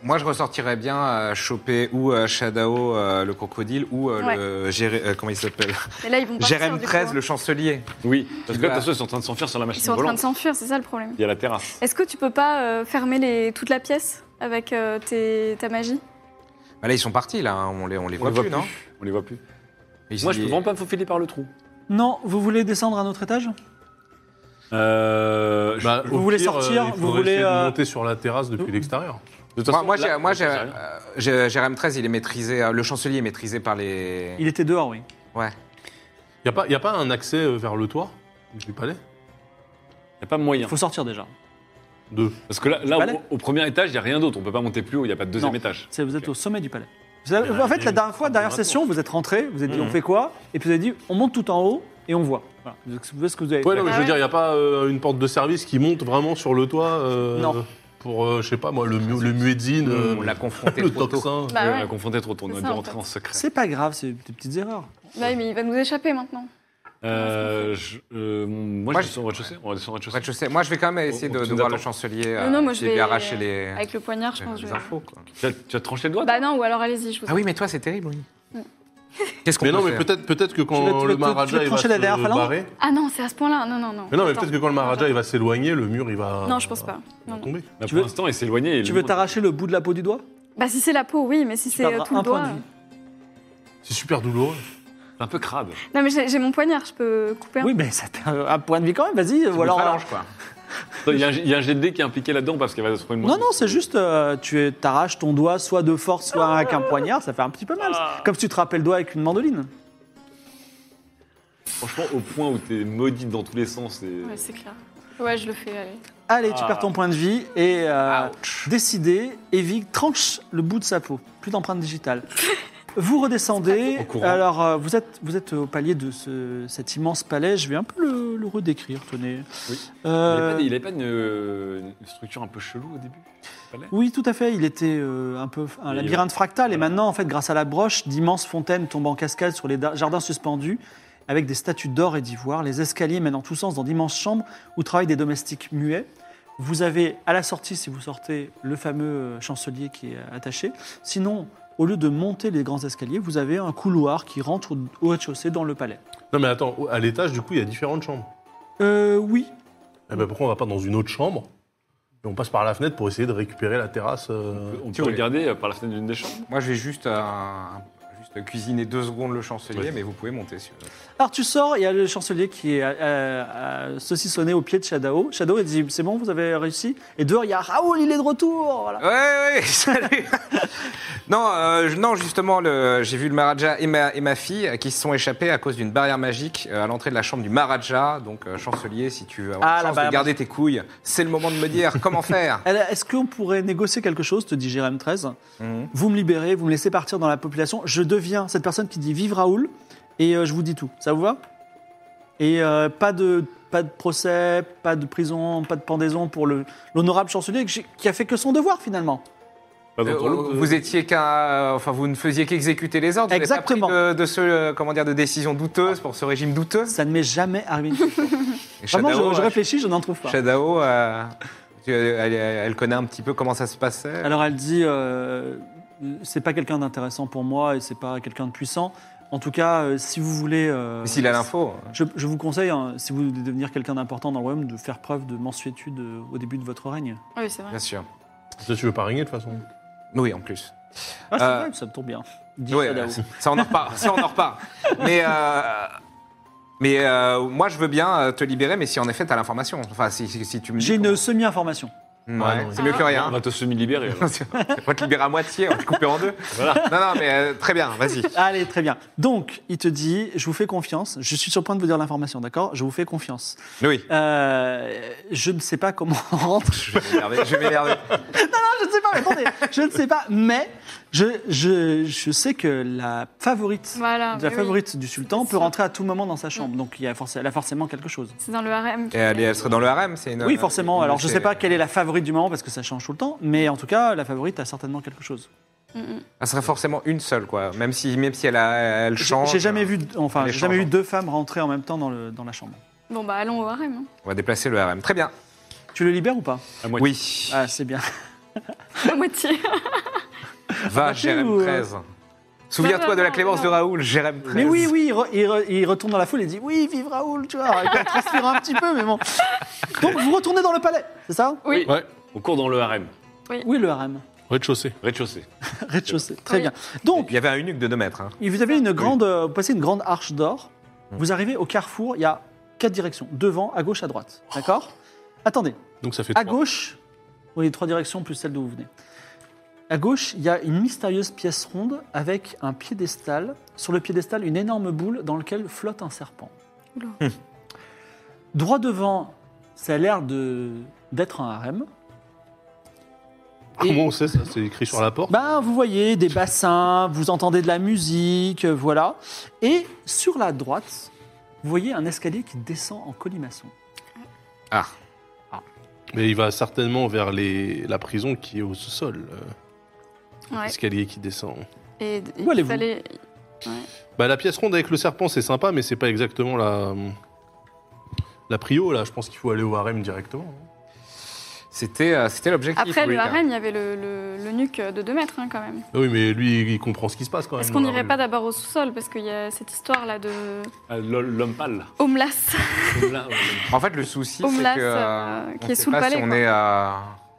Moi, je ressortirais bien euh, choper ou euh, Shadow, euh, le crocodile, ou euh, Ouais. le. Géré- euh, comment il s'appelle Mais là, ils vont partir, Jérém du coup, 13, hein. le chancelier. Oui, parce que là, de vas- toute façon, ils sont en train de s'enfuir sur la Ils machine sont en train de volante. s'enfuir, c'est ça le problème. Il y a la terrasse. Est-ce que tu peux pas euh, fermer les, toute la pièce avec euh, tes, ta magie Bah là, ils sont partis, là. hein. On les, on les On voit les voit plus, plus. non On les voit plus. Ils- Moi, je peux ils- vraiment pas me faufiler par le trou. Non, vous voulez descendre à un autre étage Euh, Bah, Vous au voulez pire, sortir, il vous faudrait voulez, essayer de euh, Hmm. monter sur la terrasse depuis l'extérieur. de toute Moi, façon, moi, là, j'ai- moi, ça j'ai- sert à rien. euh, j'ai- Jérém 13, il est maîtrisé. euh, Le chancelier est maîtrisé par les. Il était dehors, oui. Ouais. Il n'y a, pas un accès euh, vers le toit du palais Il n'y a pas moyen. Il faut sortir déjà. Deux. Parce que là, là, Palais. au, au premier étage, il n'y a rien d'autre. On peut pas monter plus haut, il n'y a pas de deuxième Non. étage. C'est- Vous êtes Ok. au sommet du palais. Vous avez- Il y a- en fait, il y a la une dernière fois, trappe dernière de retour. session, vous êtes rentré, vous avez dit Mhm. on fait quoi Et puis vous avez dit on monte tout en haut et on voit. Voilà. Vous savez ce que vous avez Ouais, fait. non, mais je veux ouais. dire, il n'y a pas euh, une porte de service qui monte vraiment sur le toit euh, Non. pour, euh, je sais pas moi, le, mu- le muezzin, euh, Hmm, On l'a confronté *laughs* le trop tôt. toxin. Bah Ouais, ouais. On a confronté trop tôt, on C'est a dû ça, en rentrer fait. en secret. C'est pas grave, c'est des petites erreurs. Bah oui, mais il va nous échapper maintenant. Euh, je- euh, moi, Moi, je descends au rez-de-chaussée. On va descendre au Au rez-de-chaussée. rez-de-chaussée. Moi, je vais quand même essayer On- de, on de nous voir attend. le chancelier. Non, euh, non, moi, je essayer de vais- lui arracher les, Avec le poignard, je pense. les Je... infos. quoi. Tu as- Tu as tranché le doigt Bah non, ou alors allez-y, je vous Ah oui, mais toi, c'est terrible, oui. Qu'est-ce qu'on Mais peut non, mais faire peut-être peut que Tu veux- tu quand veux- tu le veux Maharaja il va trancher la se dernière phalange barrer... Ah non, c'est à ce point-là. Non, non, non. Mais non, mais Attends. peut-être que quand le Maharaja il va s'éloigner, le mur il va... Non, je pense pas. Non, va non. tomber. Là, tu Pour veux- l'instant, il s'est éloigné. Tu le veux monde- t'arracher le bout de la peau du doigt Bah si c'est la peau, oui, mais si c'est euh, perdras tout un le point doigt. de vie. C'est super douloureux. C'est un peu crade. euh. Non, mais j'ai j'ai mon poignard, je peux couper. un- Oui, mais ça t'a- un point de vie quand même, vas-y. C'est Ou une alors, phalange, quoi. Attends, Il y, a un- il y a un jet de dés qui est impliqué là-dedans parce qu'il va se trouver une Non, non, c'est juste, euh, tu es- t'arraches ton doigt soit de force, soit avec un poignard, ça fait un petit peu mal. Comme si tu te rappelles le doigt avec une mandoline. Franchement, au point où t'es maudite dans tous les sens. Et... Euh, Ouais, c'est clair. Ouais, je le fais, allez. Allez, tu Ah. perds ton point de vie et euh, décidé, Evie tranche le bout de sa peau. Plus d'empreinte digitale. Vous redescendez. Au courant. Alors, euh, vous êtes, vous êtes au palier de ce- cet immense palais. Je vais un peu le, le redécrire, tenez. Oui. Euh, Il n'avait pas, une, euh, une structure un peu chelou au début palais oui, tout à fait. Il était euh, un peu un Il- labyrinthe fractal. Et voilà. maintenant, en fait, grâce à la broche, d'immenses fontaines tombent en cascade sur les da- jardins suspendus avec des statues d'or et d'ivoire. Les escaliers mènent en tous sens dans d'immenses chambres où travaillent des domestiques muets. Vous avez à la sortie, si vous sortez, le fameux euh, chancelier qui est attaché. Sinon, au lieu de monter les grands escaliers, vous avez un couloir qui rentre au- au rez-de-chaussée dans le palais. Non, mais attends, à l'étage, du coup, il y a différentes chambres. Euh, oui, Eh ben, pourquoi on va pas dans une autre chambre et on passe par la fenêtre pour essayer de récupérer la terrasse euh, On peut Théorie. regarder euh, par la fenêtre d'une des chambres. Moi, je vais juste, euh, un- juste cuisiner deux secondes le chancelier, Ouais. mais vous pouvez monter. Si vous voulez. Alors Ah, tu sors, il y a le chancelier qui est euh, euh, saucissonné au pied de Shadow. Shadow il dit c'est bon, vous avez réussi. Et dehors il y a Raoul, il est de retour. Voilà. Ouais, *laughs* ouais, salut non, euh, je- non, justement, le- j'ai vu le Maharaja et ma, et ma fille euh, qui se sont échappés à cause d'une barrière magique euh, à l'entrée de la chambre du Maharaja. Donc, euh, chancelier, si tu veux Ah, avoir la la chance de barrière garder tes couilles, c'est le moment de *laughs* me dire comment faire. Elle, Est-ce qu'on pourrait négocier quelque chose, te dit Jérém 13 Mhm. Vous me libérez, vous me laissez partir dans la population. Je deviens cette personne qui dit vive Raoul et euh, je vous dis tout. Ça vous va Et euh, pas de pas de procès, pas de prison, pas de pendaison pour le- l'honorable chancelier qui qui a fait que son devoir finalement. pas bah, dans Euh, ton lot, euh, vous étiez qu'un, enfin, vous ne faisiez qu'exécuter les ordres. Vous n'avez pas pris Exactement. de, de ce, euh, comment dire, de décision douteuse pour ce régime douteux. Ça ne m'est jamais arrivé. une fois. Et Vraiment, Shadao, je, je euh, réfléchis, je n'en trouve pas. Shadao, euh, tu- elle, elle- elle connaît un petit peu comment ça se passait. Alors elle dit, euh, c'est pas quelqu'un d'intéressant pour moi et c'est pas quelqu'un de puissant. En tout cas, euh, si vous voulez, euh, Mais S'il a l'info. je, je vous conseille, hein, si vous voulez devenir quelqu'un d'important dans le royaume, de faire preuve de mansuétude euh, au début de votre règne. Oui, c'est vrai. Bien sûr. ça, tu veux pas régner de toute façon. Oui, en plus. Ah, c'est Euh, vrai, ça me tombe bien. Dit Ouais, Shadao. euh, ça on en repart. ça on en repart. Mais euh, mais euh, moi je veux bien euh, te libérer, mais si en effet t'as l'information. Enfin si, si, si tu me. dis J'ai une comment- semi-information. Ouais, Ah, non, c'est mieux que On rien. va te semi-libérer. euh, alors. *laughs* On va te libérer à moitié, on va te couper en deux. Non non mais euh, très bien, *laughs* vas-y. Allez, très bien. Donc, il te dit, je vous fais confiance. Je suis sur le point de vous dire l'information, d'accord Je vous fais confiance. Oui. Euh, je ne sais pas comment *laughs* on rentre Je vais m'énerver. Je vais m'énerver. je ne sais pas, mais attendez, je ne sais pas, mais je, je, je sais que la favorite, Voilà, la mais Ah, oui. favorite du sultan C'est peut ça. rentrer à tout moment dans sa chambre, donc il y a forcément, elle a forcément quelque chose. C'est dans le harem. Et elle, est- elle serait dans le harem, c'est une. oui, forcément. une- Alors, je ne c'est- sais pas quelle est la favorite du moment parce que ça change tout le temps, mais en tout cas, la favorite a certainement quelque chose. Mm, mm. Elle serait forcément une seule quoi. Même si même si elle a, elle J'ai- change. euh, J'ai jamais vu, enfin, Elle est j'ai jamais vu changeante. deux femmes rentrer en même temps dans, le, dans la chambre. Bon, bah allons au harem. hein. *laughs* On va déplacer le harem. Très bien. Tu le libères ou pas À moitié. Oui. Ah, c'est *laughs* bien. La moitié. Va Mathieu, Jérém ou, 13. Souviens-toi de la clémence de Raoul, Jérém 13. Mais oui, oui, il, re- il re- il retourne dans la foule et dit oui, vive Raoul, tu vois. Alors, Il peut transpirer un petit peu, mais bon. Donc, vous retournez dans le palais, c'est ça Oui. Ouais, On court dans le harem, Oui, le harem, *laughs* rez-de-chaussée. rez-de-chaussée. rez-de-chaussée. Très Oui. bien. Donc, Il y avait un eunuque de 2 mètres. hein. Et vous avez une grande, euh, vous passez une grande arche d'or. Vous arrivez au carrefour. Il y a quatre directions devant, à gauche, à droite. D'accord. Attendez. Donc ça fait À Ah, trois. gauche, oui, trois directions plus celle d'où vous venez. À gauche, il y a une mystérieuse pièce ronde avec un piédestal. Sur le piédestal, une énorme boule dans laquelle flotte un serpent. Oula. Droit devant, ça a l'air de d'être un harem. Comment on sait ça C'est écrit sur la porte. Bah- Ben, vous voyez des bassins, vous entendez de la musique, euh, voilà. Et sur la droite, vous voyez un escalier qui descend en colimaçon. Ah. Mais il va certainement vers les... la prison qui est au sol. euh, Ouais. L'escalier qui descend. Et, et Où allez-vous ça les- Bah, la pièce ronde avec le serpent, c'est sympa, mais c'est pas exactement la. La prio, là. Je pense qu'il faut aller au harem directement. C'était euh, c'était l'objectif. Après, oui, le là. harem, il y avait le, le, le nuque de 2 mètres hein, quand même. Ah oui, mais lui, il comprend ce qui se passe quand même. Est-ce qu'on dans la n'irait rue. pas d'abord au sous-sol Parce qu'il y a cette histoire-là de Ah, l'ol- L'homme pâle. Homelas. Là, ouais. En fait, le souci, c'est Homelas, que. euh, on qui est sait sous le pas palais, Si on quoi. est euh,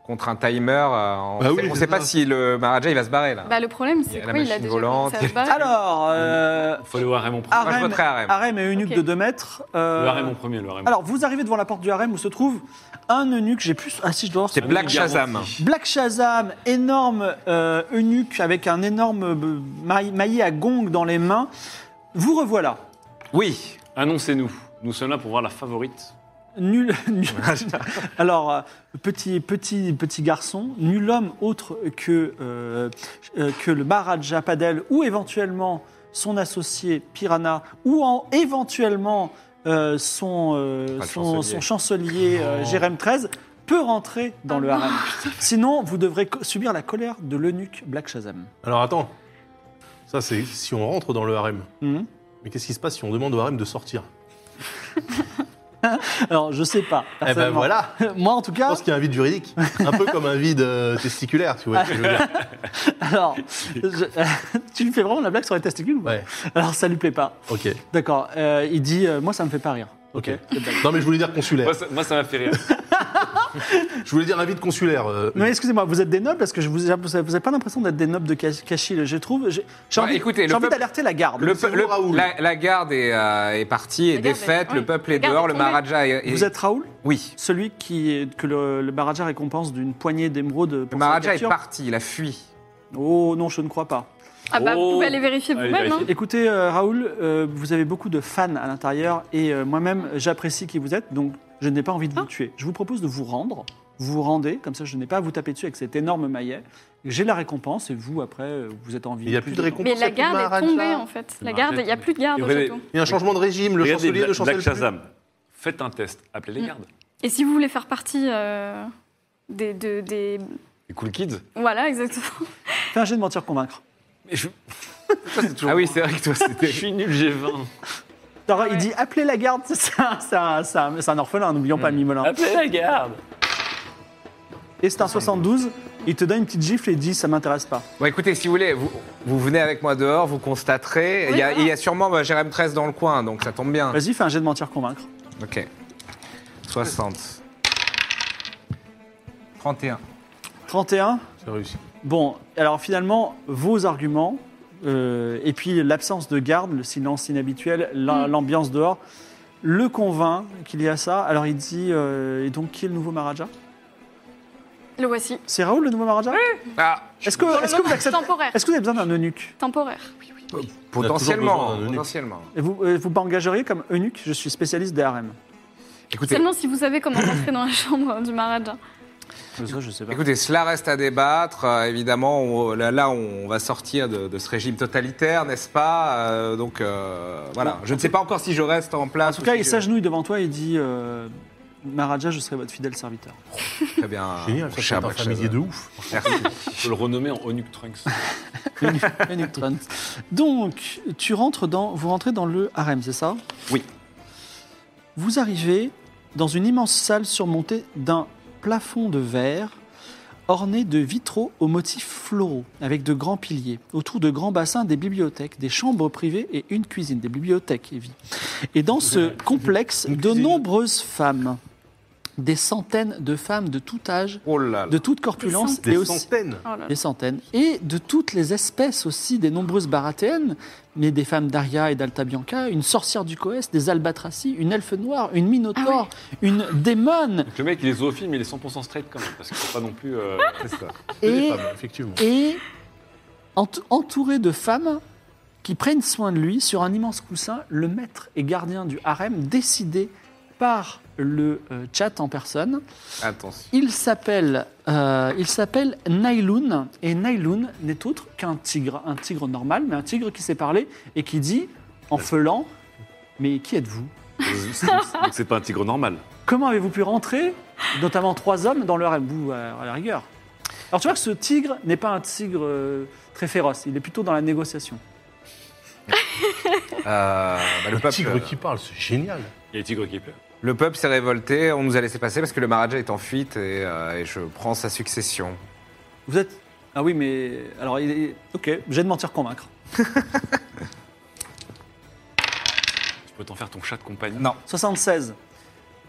contre un timer, euh, on Bah sait- oui, on c'est sait pas ça. si le Maharaja il va se barrer là. Bah, le problème, Il y c'est a que la oui, il a machine déjà volante, commencé à il y se a- battre. Alors, euh, Faut aller au harem en Ah, Moi, premier. je harem, voterais harem. harem et eunuque Ok. de 2 mètres. euh, Le harem en premier, le harem. Alors, vous arrivez devant la porte du harem où se trouve un eunuque. J'ai plus. Ah si, je dois voir. C'est Ah, Black oui, Shazam. garanti. Black Shazam, énorme euh, eunuque avec un énorme euh, maille- maillet à gong dans les mains. Vous revoilà. Oui. Annoncez-nous. Nous sommes là pour voir la favorite nul, *laughs* nul- alors euh, petit petit petit garçon, nul homme autre que euh, euh, que le Maharaja Padel ou éventuellement son associé Piranha ou en, éventuellement euh, son, euh, Ah, le son chancelier. son chancelier Oh. euh, Jérém XIII peut rentrer dans le harem. Sinon, vous devrez co- subir la colère de l'eunuque Black Shazam. Alors attends, ça c'est si on rentre dans le harem. Mhm. Mais qu'est-ce qui se passe si on demande au harem de sortir Alors, je sais pas. Eh ben personnellement. voilà *laughs* Moi, en tout Je cas, pense qu'il y a un vide juridique, un peu comme un vide euh, testiculaire, tu vois ce que je veux dire. alors, je- *laughs* tu lui fais vraiment la blague sur les testicules ou pas Ouais, Alors, ça lui plaît pas. ok, D'accord. euh, il dit, euh, moi, ça me fait pas rire. ok. c'est bien. Non mais je voulais dire consulaire. Moi, ça- Moi, ça m'a fait rire. Je voulais dire un vide consulaire. euh, Mais excusez-moi, vous êtes des nobles parce que je vous, vous avez pas l'impression d'être des nobles de Ca- Cachille, je trouve. J'ai j'ai Ouais, envie, Bah, écoutez, j'ai le envie peuple- d'alerter la garde. Le, c'est peu- vous, le- Raoul. la, la garde est, euh, est partie, est La garde est- défaite, oui, le peuple est la garde dehors, est le tombée. maharaja est... est- Vous êtes Raoul, Oui. celui qui est- que le, le Maharaja récompense d'une poignée d'émeraudes pour Le sa maharaja est capture parti, il a fui. Oh non, je ne crois pas. Ah bah, Oh. vous pouvez aller vérifier Allez, vous-même, hein vérifier. Écoutez, euh, Raoul, euh, vous avez beaucoup de fans à l'intérieur et euh, moi-même, j'apprécie qui vous êtes, donc je n'ai pas envie de vous tuer. Je vous propose de vous rendre. Vous vous rendez, comme ça je n'ai pas à vous taper dessus avec cet énorme maillet. J'ai la récompense et vous, après, euh, vous êtes en vie. Il n'y a plus de temps. récompense. Mais il y a la plus de garde est maharaja. tombée, en fait. La garde, il n'y a plus de garde Et au regardez- château. Il y a un changement de régime, le Regardez, chancelier Bla- ne Black chancelle plus. Shazam, faites un test, appelez les Mm. gardes. Et si vous voulez faire partie euh, des, de- des... Les cool kids. Voilà, exactement. Fais un jet de mentir convaincre. Mais *laughs* je, Ah oui, c'est vrai que toi, je c'était... suis nul, j'ai 20. Alors, Il Ouais. dit appelez la garde, *laughs* c'est ça, c'est un- c'est un, c'est un orphelin, n'oublions Hmm. pas le Mimolin. Appelez la garde. Et c'est un 72, il te donne une petite gifle et dit ça m'intéresse pas. Bon, écoutez, si vous voulez, vous, vous venez avec moi dehors, vous constaterez. il, y a, il y a sûrement bah, Jérém 13 dans le coin, donc ça tombe bien. Vas-y, fais un jet de mentir convaincre. Ok. 60. 31. 31, C'est réussi. Bon, alors finalement, vos arguments, euh, et puis l'absence de garde, le silence inhabituel, la- Mm. l'ambiance dehors, le convainc qu'il y a ça. Alors il dit, euh, et donc qui est le nouveau Maharaja Le voici. C'est Raoul le nouveau Maharaja Ah, Est-ce que, est-ce que vous acceptez Temporaire. Est-ce que vous avez besoin d'un eunuque Temporaire. besoin potentiellement, d'un eunuque. potentiellement. Et Vous euh, vous m'engageriez comme eunuque Je suis spécialiste des harems. Écoutez, Seulement si vous savez comment rentrer dans la chambre du Maharaja. Ça, je sais pas. Écoutez, cela reste à débattre. Euh, évidemment, on- là, là, on va sortir de, de ce régime totalitaire, n'est-ce pas Euh, Donc, euh, voilà. Je ne sais pas encore si je reste en En place. tout ou cas, si il je- s'agenouille devant toi et dit, euh, Maharaja, je serai votre fidèle serviteur. Très bien. Génial, mon ça cher fait un Black familier Shadow. de ouf. Merci. Je peux le renommer en Onuc Trunks. *laughs* Eunuque Trent. Donc, tu rentres dans, vous rentrez dans le harem, c'est ça Oui. Vous arrivez dans une immense salle surmontée d'un plafond de verre orné de vitraux aux motifs floraux, avec de grands piliers. Autour de grands bassins, des bibliothèques, des chambres privées et une cuisine, des bibliothèques, Evie. Et dans ce complexe, de cuisine. nombreuses femmes, des centaines de femmes de tout âge, Oh là là. de toute corpulence Des et aussi... centaines. Oh là là. Des centaines. Et de toutes les espèces aussi, des nombreuses baratéennes, mais des femmes d'Aria et d'Alta Bianca, une sorcière du Coès, des albatracies, une elfe noire, une minotaure, une démone, Donc le mec, il est zoophile, mais il est 100% straight quand même, parce qu'il faut pas non plus. euh, C'est ça. C'est et, *laughs* des femmes, effectivement. et ent- entouré de femmes qui prennent soin de lui sur un immense coussin, le maître et gardien du harem, décidé par le euh, chat en personne. *laughs* Attention. Il s'appelle, euh, il s'appelle Nailoun et Nailoun n'est autre qu'un tigre, un tigre normal, mais un tigre qui sait parler et qui dit en feulant "Mais qui êtes-vous Donc c'est pas un tigre normal. Comment avez-vous pu rentrer, notamment trois hommes, dans leur bout à la rigueur Alors tu vois que ce tigre n'est pas un tigre euh, très féroce, il est plutôt dans la négociation. Euh, bah, le, Le tigre peuple, qui parle, c'est génial. Il y a les tigres qui plaît. le peuple s'est révolté. On nous a laissé passer parce que le Maharaja est en fuite et, euh, et je prends sa succession. Vous êtes ah oui, mais alors il est... ok, j'ai de mentir convaincre. Tu peux t'en faire ton chat de compagnie. Non. 76.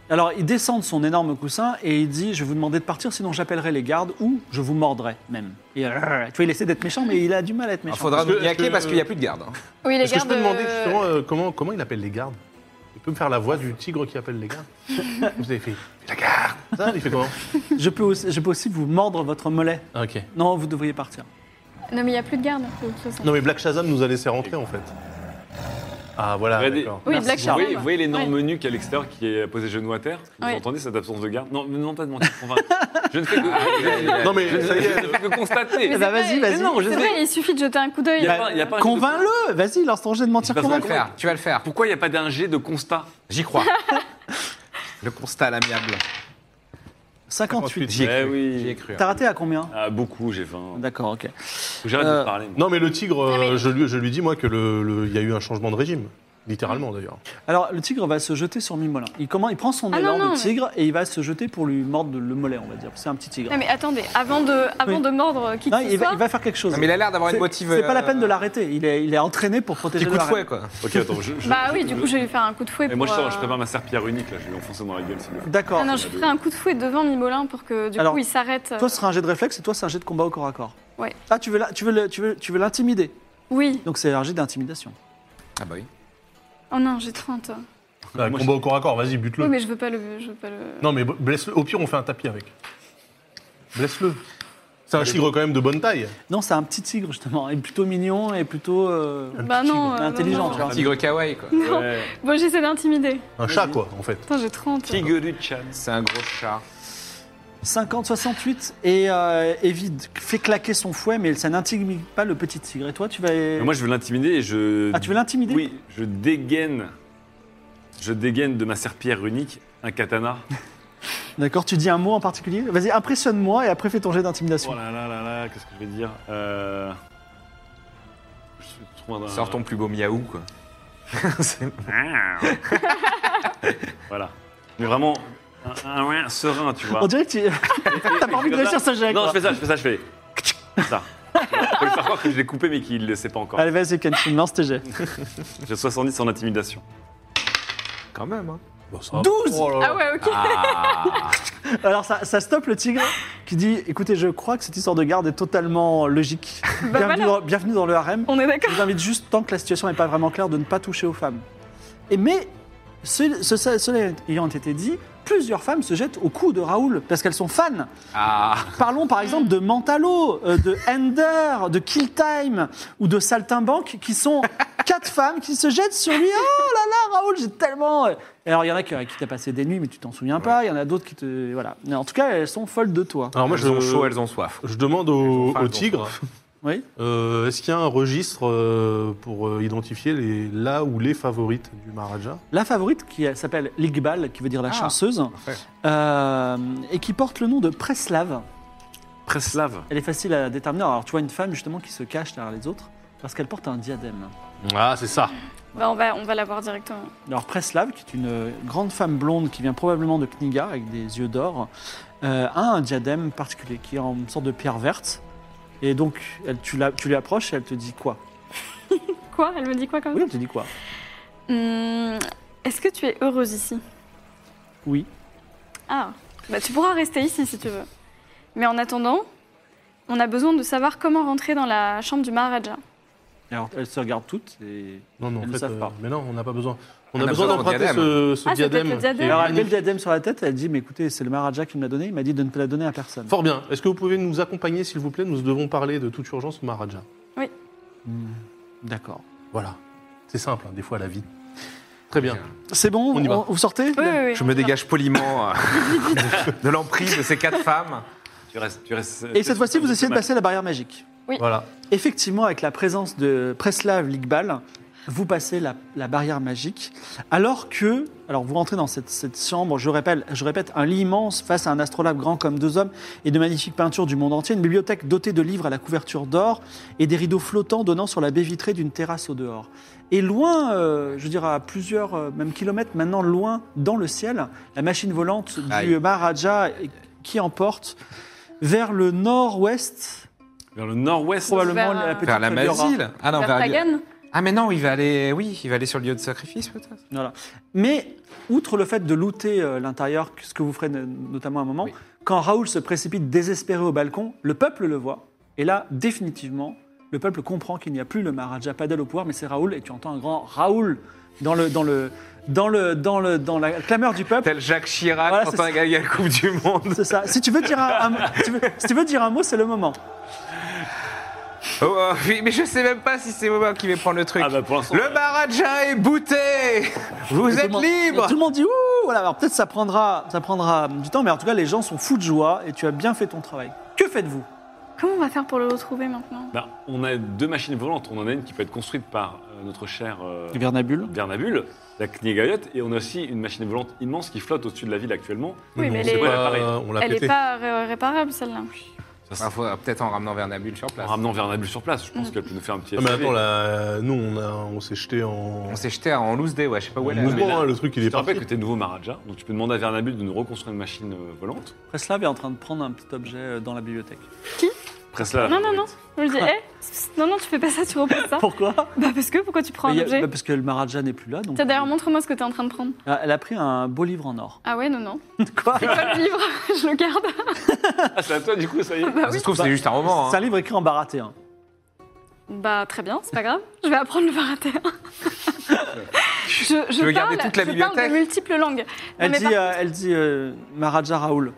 Alors, il descend de son énorme coussin et il dit Je vais vous demander de partir, sinon j'appellerai les gardes ou je vous mordrai même. Et, euh, tu vois, il essaie d'être méchant, mais il a du mal à être Il méchant. Ah, faudra Est-ce que- nous niaquer est-ce que- parce qu'il n'y a plus de garde. hein. Oui, les Est-ce que je gardes. peux demander euh, justement euh, comment, comment il appelle les gardes Il peut me faire la voix du tigre qui appelle les gardes Vous avez fait la garde Ça, il fait comment Je, peux aussi, je peux aussi vous mordre votre mollet. Ah, Ok. Non, vous devriez partir. Non, mais il n'y a plus de garde, de toute façon. Non mais Black Shazam nous a laissé rentrer en fait. Ah, voilà, Regardez. d'accord. Oui, Merci, Black Vous Charles. Charm. voyez, vous voyez l'énorme Ouais. menu qui est à l'extérieur qui est posé genou à terre Vous Ouais. entendez cette absence de garde Non, mais non, pas de mentir *laughs* convaincre. Je ne fais Ah, que, Non, mais je, ça y je est. ne fais que constater. Eh ben, c'est vas-y, vrai, vas-y. Mais non, je C'est sais. vrai, il suffit de jeter un coup d'œil. Il y a pas- il y a pas un- Convains-le Vas-y, lance ton jet de mentir Il va Tu vas le convaincre. faire, tu vas le faire. Pourquoi il n'y a pas d'un jet de constat *laughs* J'y crois. le constat à l'amiable. 58. J'y ai Eh cru. oui. J'y ai cru. T'as raté à combien Ah, beaucoup, j'ai faim. D'accord, ok. Faut que J'arrête Euh, de parler. *laughs* moi. Non, mais le tigre, euh, je, lui, je lui dis, moi, qu'il le, le- il y a eu un changement de régime. Littéralement, d'ailleurs. Alors, le tigre va se jeter sur Mimolin. Il, comment, il prend son Ah, élan non, non, de mais- tigre et il va se jeter pour lui mordre le mollet, on va dire. C'est un petit tigre. Non, mais attendez, avant de, avant Oui. de mordre qui Non, que ce il va, soit, il va faire quelque chose. Non, mais il a l'air d'avoir une C'est- motive. C'est pas la peine de euh, l'arrêter. Il est, il est entraîné pour protéger Petit coup le de harem. fouet, quoi. Ok, attends, je. je- Bah oui, je- du coup, je vais lui faire un coup de fouet. Et moi, je pour, sors, je euh, prépare ma serpillère unique, là, je vais lui enfoncer dans la gueule, c'est mieux. D'accord. Ah non, je ferai un coup de fouet devant Mimolin pour que du Alors, coup il s'arrête. euh, Toi, ce sera un jet de réflexe et toi, c'est un jet de combat au corps à corps. Ouais. Ah, tu veux la- tu veux le- tu veux- tu veux l'intimider. Oui. Donc, c'est un jet d'intimidation. Ah bah oui. Oh non, j'ai 30. Bah, Moi, combat au corps à corps, vas-y, bute-le. Oui, mais je veux pas le. Je veux pas le... Non, mais blesse-le. Au pire, on fait un tapis avec. Blesse-le. C'est un tigre quand même de bonne taille. Non, c'est un petit tigre, justement. Et plutôt mignon et plutôt. euh, Bah non. euh, Intelligent, non, non. tu vois. Un tigre kawaii, quoi. Ouais. Bon, j'essaie d'intimider. Un chat, quoi, en fait. Putain, j'ai 30. Tigre du Chan. C'est un gros chat. 50, 68 et euh, Evide fait claquer son fouet, mais ça n'intimide pas le petit tigre. Et toi, tu vas. Mais Moi, je veux l'intimider et je. Ah, tu veux l'intimider Oui, je dégaine. Je dégaine de ma serpillère unique un katana. D'accord, tu dis un mot en particulier Vas-y, impressionne-moi et après fais ton jet d'intimidation. Oh là là là là, qu'est-ce que je vais dire euh... je trouve un- Sors ton plus beau miaou, quoi. C'est- *laughs* Voilà. Mais vraiment, un, un- un serein, tu vois. On dirait que tu. *laughs* T'as pas envie de réussir ce jet, Non, quoi. je fais ça, je fais ça, je fais. Ça. Faut lui faire croire que je l'ai coupé, mais qu'il ne le sait pas encore. Allez, vas-y, Kenshin, lance tes jets. J'ai 70 en intimidation. Quand même, hein. Oh. 12 Ah ouais, ok. Ah. Alors, ça, ça stoppe le tigre qui dit Écoutez, je crois que cette histoire de garde est totalement logique. *laughs* Bah bienvenue, voilà. dans, bienvenue dans le harem. On est Je d'accord. vous invite juste, tant que la situation n'est pas vraiment claire, de ne pas toucher aux femmes. Et mais, ce- ce- ce- cela ayant été dit, plusieurs femmes se jettent au cou de Raoul parce qu'elles sont fans. Ah. Parlons par exemple de Mantalo, euh, de Ender, de Kill Time ou de Saltimbanque qui sont quatre femmes qui se jettent sur lui. Oh là là, Raoul, j'ai tellement. Et Alors il y en a qui, qui t'a passé des nuits, mais tu t'en souviens pas. Il y en a d'autres qui te. Voilà. Mais en tout cas, elles sont folles de toi. Alors, moi, elles je, ont chaud, elles ont soif. je demande au, Elles ont faim, au elles ont tigre Oui. euh, est-ce qu'il y a un registre euh, pour euh, identifier les, là ou les favorites du Maharaja La favorite qui elle, s'appelle Ligbal, qui veut dire la Ah, chanceuse, euh, et qui porte le nom de Preslav. Preslave. Elle est facile à déterminer. Alors tu vois une femme justement qui se cache derrière les autres parce qu'elle porte un diadème. Ah, c'est ça. Bah, on va, on va la voir directement. Alors Preslav, qui est une euh, grande femme blonde qui vient probablement de Kniga avec des yeux d'or, euh, a un diadème particulier qui est en sorte de pierre verte. Et donc elle, tu, la, tu lui approches et elle te dit quoi Quoi Elle me dit quoi comme Oui, elle te dit quoi ça Hum, Est-ce que tu es heureuse ici Oui. Ah. Bah, tu pourras rester ici si tu veux. Mais en attendant, on a besoin de savoir comment rentrer dans la chambre du Maharaja. Alors elles se regardent toutes et... Non, non, Elles en le fait, savent euh, pas. mais non, on n'a pas besoin. On, a, besoin d'emprunter diadème. ce, ce Ah, c'est peut-être diadème. le qui diadème. est Alors elle met le unique. diadème sur la tête, elle dit mais écoutez c'est le Maharaja qui me l'a donné, il m'a dit de ne pas la donner à personne. Fort bien. Est-ce que vous pouvez nous accompagner, s'il vous plaît Nous devons parler de toute urgence au Maharaja. D'accord. Voilà. C'est simple, hein, des fois, la vie. Très bien. C'est bon, On y va. vous sortez Oui, oui, oui. Je me dégage poliment euh, *laughs* de, de l'emprise de ces quatre femmes. Tu restes. Tu restes Et cette fois-ci vous essayez de passer la barrière magique. Voilà. Effectivement, avec la présence de Preslav Ligbal, vous passez la, la barrière magique, alors que, alors vous rentrez dans cette, cette chambre, je répète, je répète, un lit immense face à un astrolabe grand comme deux hommes et de magnifiques peintures du monde entier, une bibliothèque dotée de livres à la couverture d'or et des rideaux flottants donnant sur la baie vitrée d'une terrasse au dehors. Et loin, euh, je dirais à plusieurs, euh, même kilomètres maintenant, loin dans le ciel, la machine volante du Aïe. Maharaja euh, qui emporte vers le nord-ouest Vers le nord-ouest. probablement Vers, la euh, petite Vers la Riviera. Masile. Ah non, Vers vers. Tagan Ah mais non, il va aller. Oui, il va aller sur le lieu de sacrifice peut-être. Voilà. Mais outre le fait de looter euh, l'intérieur, ce que vous ferez no- notamment à un moment, Oui. quand Raoul se précipite désespéré au balcon, le peuple le voit. Et là, définitivement, le peuple comprend qu'il n'y a plus le Maharaja Padel au pouvoir, mais c'est Raoul. Et tu entends un grand Raoul dans le dans le dans le dans le dans la clameur du peuple. Tel Jacques Chirac Voilà, c'est quand on a gagné la Coupe du Monde. C'est ça. Si tu veux dire un, un- si tu veux- si tu veux dire un mot, c'est le moment. Oh, euh, oui, mais je sais même pas si c'est moi qui vais prendre le truc. Ah bah pour l'instant. Le Maharaja est bouté Vous Tout le êtes monde- libre Tout le monde dit ouh voilà, alors peut-être ça prendra, ça prendra du temps, mais en tout cas les gens sont fous de joie et tu as bien fait ton travail. Que faites-vous Comment on va faire pour le retrouver maintenant Bah, on a deux machines volantes. On en a une qui peut être construite par euh, notre cher euh, Vernabule. Bernabule, la Knigayot, et on a aussi une machine volante immense qui flotte au-dessus de la ville actuellement. Oui, mais on elle sait est- pas, Euh, on l'a Elle pété. n'est pas ré- réparable celle-là. Il Ah, faut euh, peut-être en ramenant Vernabule sur En place. ramenant Vernabule sur place, je Mm. pense qu'elle peut nous faire un petit Non, Ah, mais SAV. attends, là, nous, on, a, on s'est jeté en. On s'est jeté en loose day, ouais, je sais pas où en elle est. Ah, mouvement, mais là, hein, le truc, il Je est te rappelle parfait. que t'es nouveau Maharaja, donc tu peux demander à Vernabule de nous reconstruire une machine euh, volante. Preslav est en train de prendre un petit objet euh, dans la bibliothèque. Presse-la. Non, non, non. Je lui dis, Ah. hé, non, non, tu fais pas ça, tu reposes ça. Pourquoi Bah parce que, pourquoi tu prends Mais un y a- objet bah, Parce que le Maharaja n'est plus là. Donc... Tiens, d'ailleurs, montre-moi ce que t'es en train de prendre. Ah, Elle a pris un beau livre en or. Ah ouais, non, non. Quoi C'est pas le livre, *laughs* je le garde. Ah, c'est à toi du coup, *laughs* ça y est. Ah, ça se trouve, Bah, c'est juste un roman. C'est un Hein. livre écrit en baraté. hein. Bah très bien, c'est pas grave. Je vais apprendre le baraté. je je veux garder parle, toute la je parle bibliothèque de multiples langues. Elle mais dit, par euh, elle dit euh, Maharaja Raoul,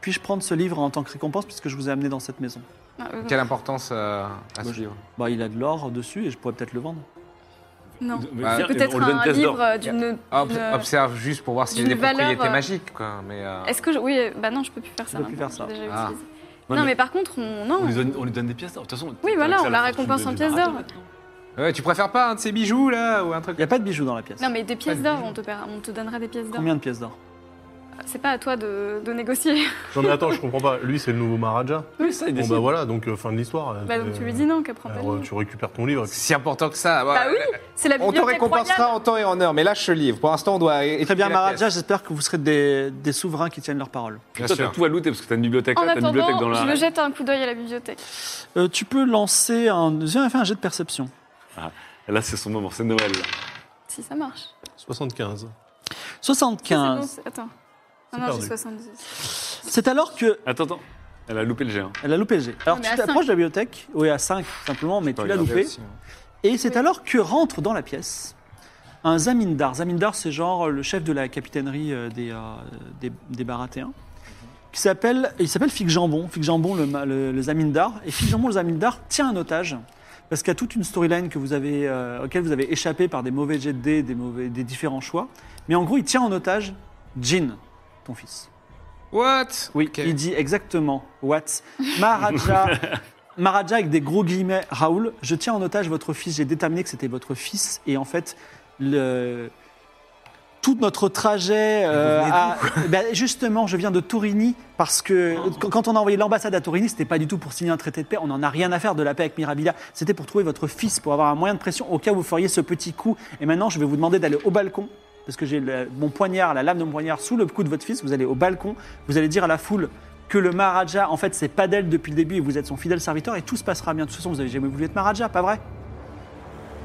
puis-je prendre ce livre en tant que récompense puisque je vous ai amené dans cette maison Ah, euh, Quelle importance euh, à ce Moi, je- livre Bah, il a de l'or dessus et je pourrais peut-être le vendre. Non. Mais Ah, viens, on Peut-être lui donne un pièce d'or. livre euh, d'une. Ah, ob- d'une- Observe juste pour voir s'il y a des d'une valeur, propriétés euh, magiques, quoi. Mais, euh, Est-ce que je... oui, euh, bah non, je peux plus faire ça. peux plus maintenant, faire ça. j'ai déjà Ah. utilisé. Ouais, non, mais- mais par contre, on non. On lui, donne, on lui donne des pièces d'or. De toute façon, Oui, voilà, t'as on la la fortune récompense de- en du pièces d'or. Maharaja. ouais, tu préfères pas un de ces bijoux, là, ou un Il truc n'y a pas de bijoux dans la pièce. Non, mais des pièces de d'or, bijoux. on te paiera- on te donnera des pièces d'or. Combien de pièces d'or C'est pas à toi de, de négocier. *laughs* Non, mais attends, je comprends pas. Lui, c'est le nouveau Maharaja. Oui, ça, il Bon, décide. bah voilà, donc euh, fin de l'histoire. bah Euh, donc tu lui dis non, qu'elle prend pas. alors, le euh, livre. tu récupères ton livre. et puis- Si important que ça. Bah voilà. oui, c'est la On te bibliothèque récompensera royale. en temps et en heure, mais lâche ce livre. Pour l'instant, on doit. Très étudier bien, la Maharaja, pièce. j'espère que vous serez des, des souverains qui tiennent leur parole. Bien Toi, t'as sûr. tout à looter parce que t'as une bibliothèque En là, t'as une bibliothèque dans attendant, la. je me jette un coup d'œil à la bibliothèque. Euh, tu peux lancer un. Viens faire un jet de perception. Là, c'est son moment, c'est Noël. Si ça marche. 75. Ça, 75. c'est bon, c'est- Attends. Ah C'est non, j'ai perdu. 70. C'est alors que. Attends, attends. Elle a loupé le hein. G1. Elle a loupé le jet. Alors mais tu à t'approches de la bibliothèque, oui, à 5 simplement, mais tu l'as loupé. Et c'est alors que rentre dans la pièce un Zamindar. Zamindar, c'est genre euh, le chef de la capitainerie euh, des, euh, des, des Baratéens. Qui s'appelle, il s'appelle Fig Jambon. Fig Jambon, le, ma- le- le Zamindar. Et Fig Jambon, le Zamindar, tient un otage. Parce qu'il y a toute une storyline que vous avez, euh, auquel vous avez échappé par des mauvais jets de dés, des, mauvais, des différents choix. Mais en gros, il tient en otage Jin, ton fils. What Oui, Ok. il dit exactement what. Maharaja, Maharaja avec des gros guillemets, Raoul, je tiens en otage votre fils. J'ai déterminé que c'était votre fils. Et en fait, le... tout notre trajet. euh, à- Ben, justement, je viens de Tourigny parce que qu- quand on a envoyé l'ambassade à Tourigny, c'était pas du tout pour signer un traité de paix. On n'en a rien à faire de la paix avec Mirabila. C'était pour trouver votre fils, pour avoir un moyen de pression au cas où vous feriez ce petit coup. Et maintenant, je vais vous demander d'aller au balcon. Parce que j'ai le- mon poignard, la lame de mon poignard sous le cou de votre fils, vous allez au balcon, vous allez dire à la foule que le Maharaja, en fait, c'est pas d'elle depuis le début et vous êtes son fidèle serviteur et tout se passera bien. De toute façon, vous avez jamais voulu être Maharaja, pas vrai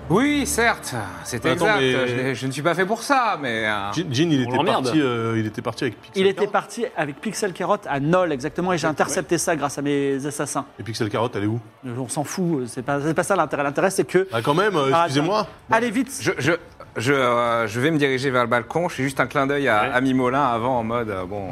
Oui, certes, c'était exact. Attends, mais- Je, n'ai- je ne suis pas fait pour ça, mais. euh, Jin, Jin, il, On était l'emmerde. parti, euh, il était parti avec Pixel Il était Carotte. parti avec Pixel Carrot à Nol, exactement, et j'ai intercepté ça grâce à mes assassins. Et Pixel Carotte, elle est où Euh, On s'en fout, euh, c'est pas, c'est pas ça l'intérêt. L'intérêt, c'est que. Ah, quand même, euh, Ah, excusez-moi. Allez vite Je, je, je, euh, je vais me diriger vers le balcon. Je fais juste un clin d'œil à, Ouais. à Mimolin avant en mode euh, bon,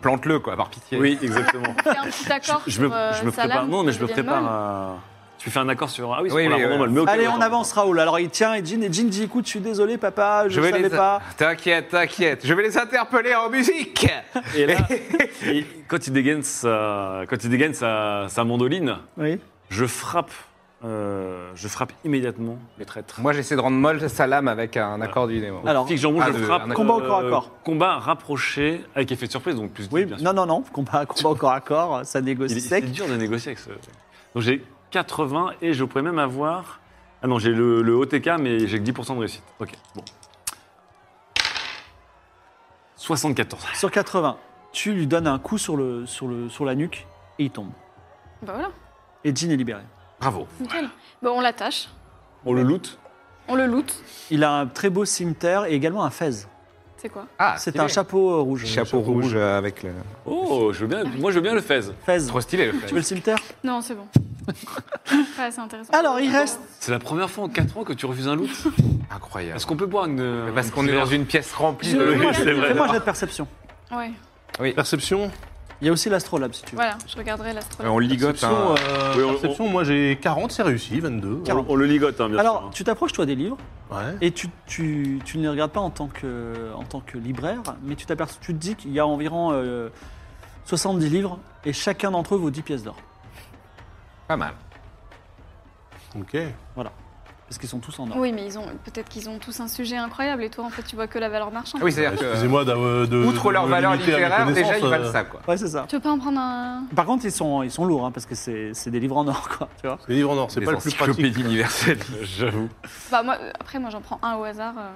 plante-le quoi, par pitié. Oui, *laughs* exactement. Fais un petit je, accord je me, sur, euh, je me sa prépare. lame Non, mais qui je me devienne prépare molle. à. Tu fais un accord sur. Ah oui, c'est Oui, pour oui, la rendre oui. molle. Mais ok, Allez, ouais, on attends. avance, Raoul. Alors, il tient et Jean, et Jean dit écoute, je suis désolé, papa, je, vais savais les. pas. T'inquiète, t'inquiète. Je vais les interpeller en musique. *laughs* Et là, et quand il dégaine, sa, quand il dégaine sa, sa mandoline, Oui. je frappe. euh, je frappe immédiatement les traîtres. Moi, j'essaie de rendre molle sa lame avec un accord du démon. Alors, Fixe jambon, Ah, je le- frappe. euh, un combat au corps à corps. Combat rapproché avec effet de surprise, donc plus dix, Oui, bien sûr. non, non, non, combat, combat au corps à corps, ça négocie Il- C'est sec. dur de négocier avec ce. Donc j'ai 80 et je pourrais même avoir. Ah non, j'ai le, le OTK, mais j'ai que 10% de réussite. Ok, bon. 74. Sur 80, tu lui donnes un coup sur, le, sur, le, sur la nuque et il tombe. Bah voilà, Et Jean est libéré. Bravo. nickel. Bon, on l'attache, On le loot on le loot. Il a un très beau cimetière et également un fez. C'est quoi Ah, C'est stylé. un chapeau euh, rouge. Chapeau rouge euh, avec le. Oh, je veux bien, moi je veux bien le fez. Fez. Trop stylé. Le Tu veux le cimetière Non, *laughs* c'est bon. ouais, c'est intéressant. Alors, il reste. C'est la première fois en 4 ans que tu refuses un loot. Incroyable. Est-ce qu'on peut boire une. Parce *laughs* qu'on est dans une pièce remplie Oui, de. c'est vrai. Fais-moi un jet de perception. Ouais. Perception Il y a aussi l'astrolabe, si tu veux. Voilà, je regarderai l'astro. Euh, On ligote un. Perception, euh, Oui, on- perception, moi j'ai 40, c'est réussi, 22. On, on le ligote, hein, bien Alors, sûr. tu t'approches, toi, des livres, Ouais. et tu, tu, tu ne les regardes pas en tant que, en tant que libraire, mais tu, t'aperçois- tu te dis qu'il y a environ euh, 70 livres, et chacun d'entre eux vaut 10 pièces d'or. Pas mal. Ok. Parce qu'ils sont tous en or. Oui, mais ils ont peut-être qu'ils ont tous un sujet incroyable et toi en fait tu vois que la valeur marchande. Ah oui, c'est-à-dire que. Bah, euh, Excusez-moi d'avoir- de. Outre de leur me valeur limiter à mes littéraire, déjà, ils connaissances, valent euh, ça, quoi. Ouais, c'est ça. Tu peux en prendre un Par contre, ils sont, ils sont lourds, hein, parce que c'est c'est des livres en or, quoi. Tu vois Les livres en or, c'est Des pas le plus pratique. encyclopédies *laughs* universelles. J'avoue. Bah moi euh, après moi j'en prends un au hasard. euh,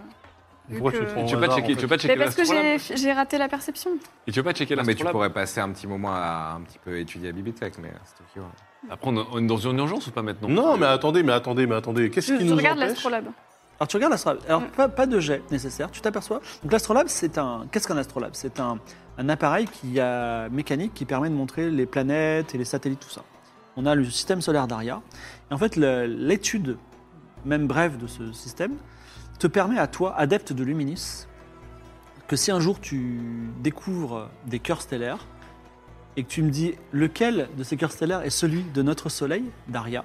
vu Pourquoi tu que- prends un Tu au veux pas hasard, checker, tu en fait veux pas checker Mais parce que l'astrolabe j'ai j'ai raté la perception. Et tu veux pas checker Non, mais tu l'astrolabe pourrais passer un petit moment à un petit peu étudier la bibliothèque, mais euh, c'est Tokyo. Après, on on est dans une urgence ou pas maintenant Non, mais attendez, mais attendez, mais attendez. Qu'est-ce Je, qui je nous regarde empêche l'astrolabe. Alors tu regardes l'astrolabe. Alors Mm. pas, pas de jet nécessaire. Tu t'aperçois. Donc l'astrolabe, c'est un. Qu'est-ce qu'un astrolabe C'est un, un appareil qui a mécanique qui permet de montrer les planètes et les satellites, tout ça. On a le système solaire d'Aria. Et en fait, le- l'étude, même brève, de ce système, te permet à toi, adepte de Luminis, que si un jour tu découvres des cœurs stellaires et que tu me dis lequel de ces cœurs stellaires est celui de notre Soleil, d'Aria,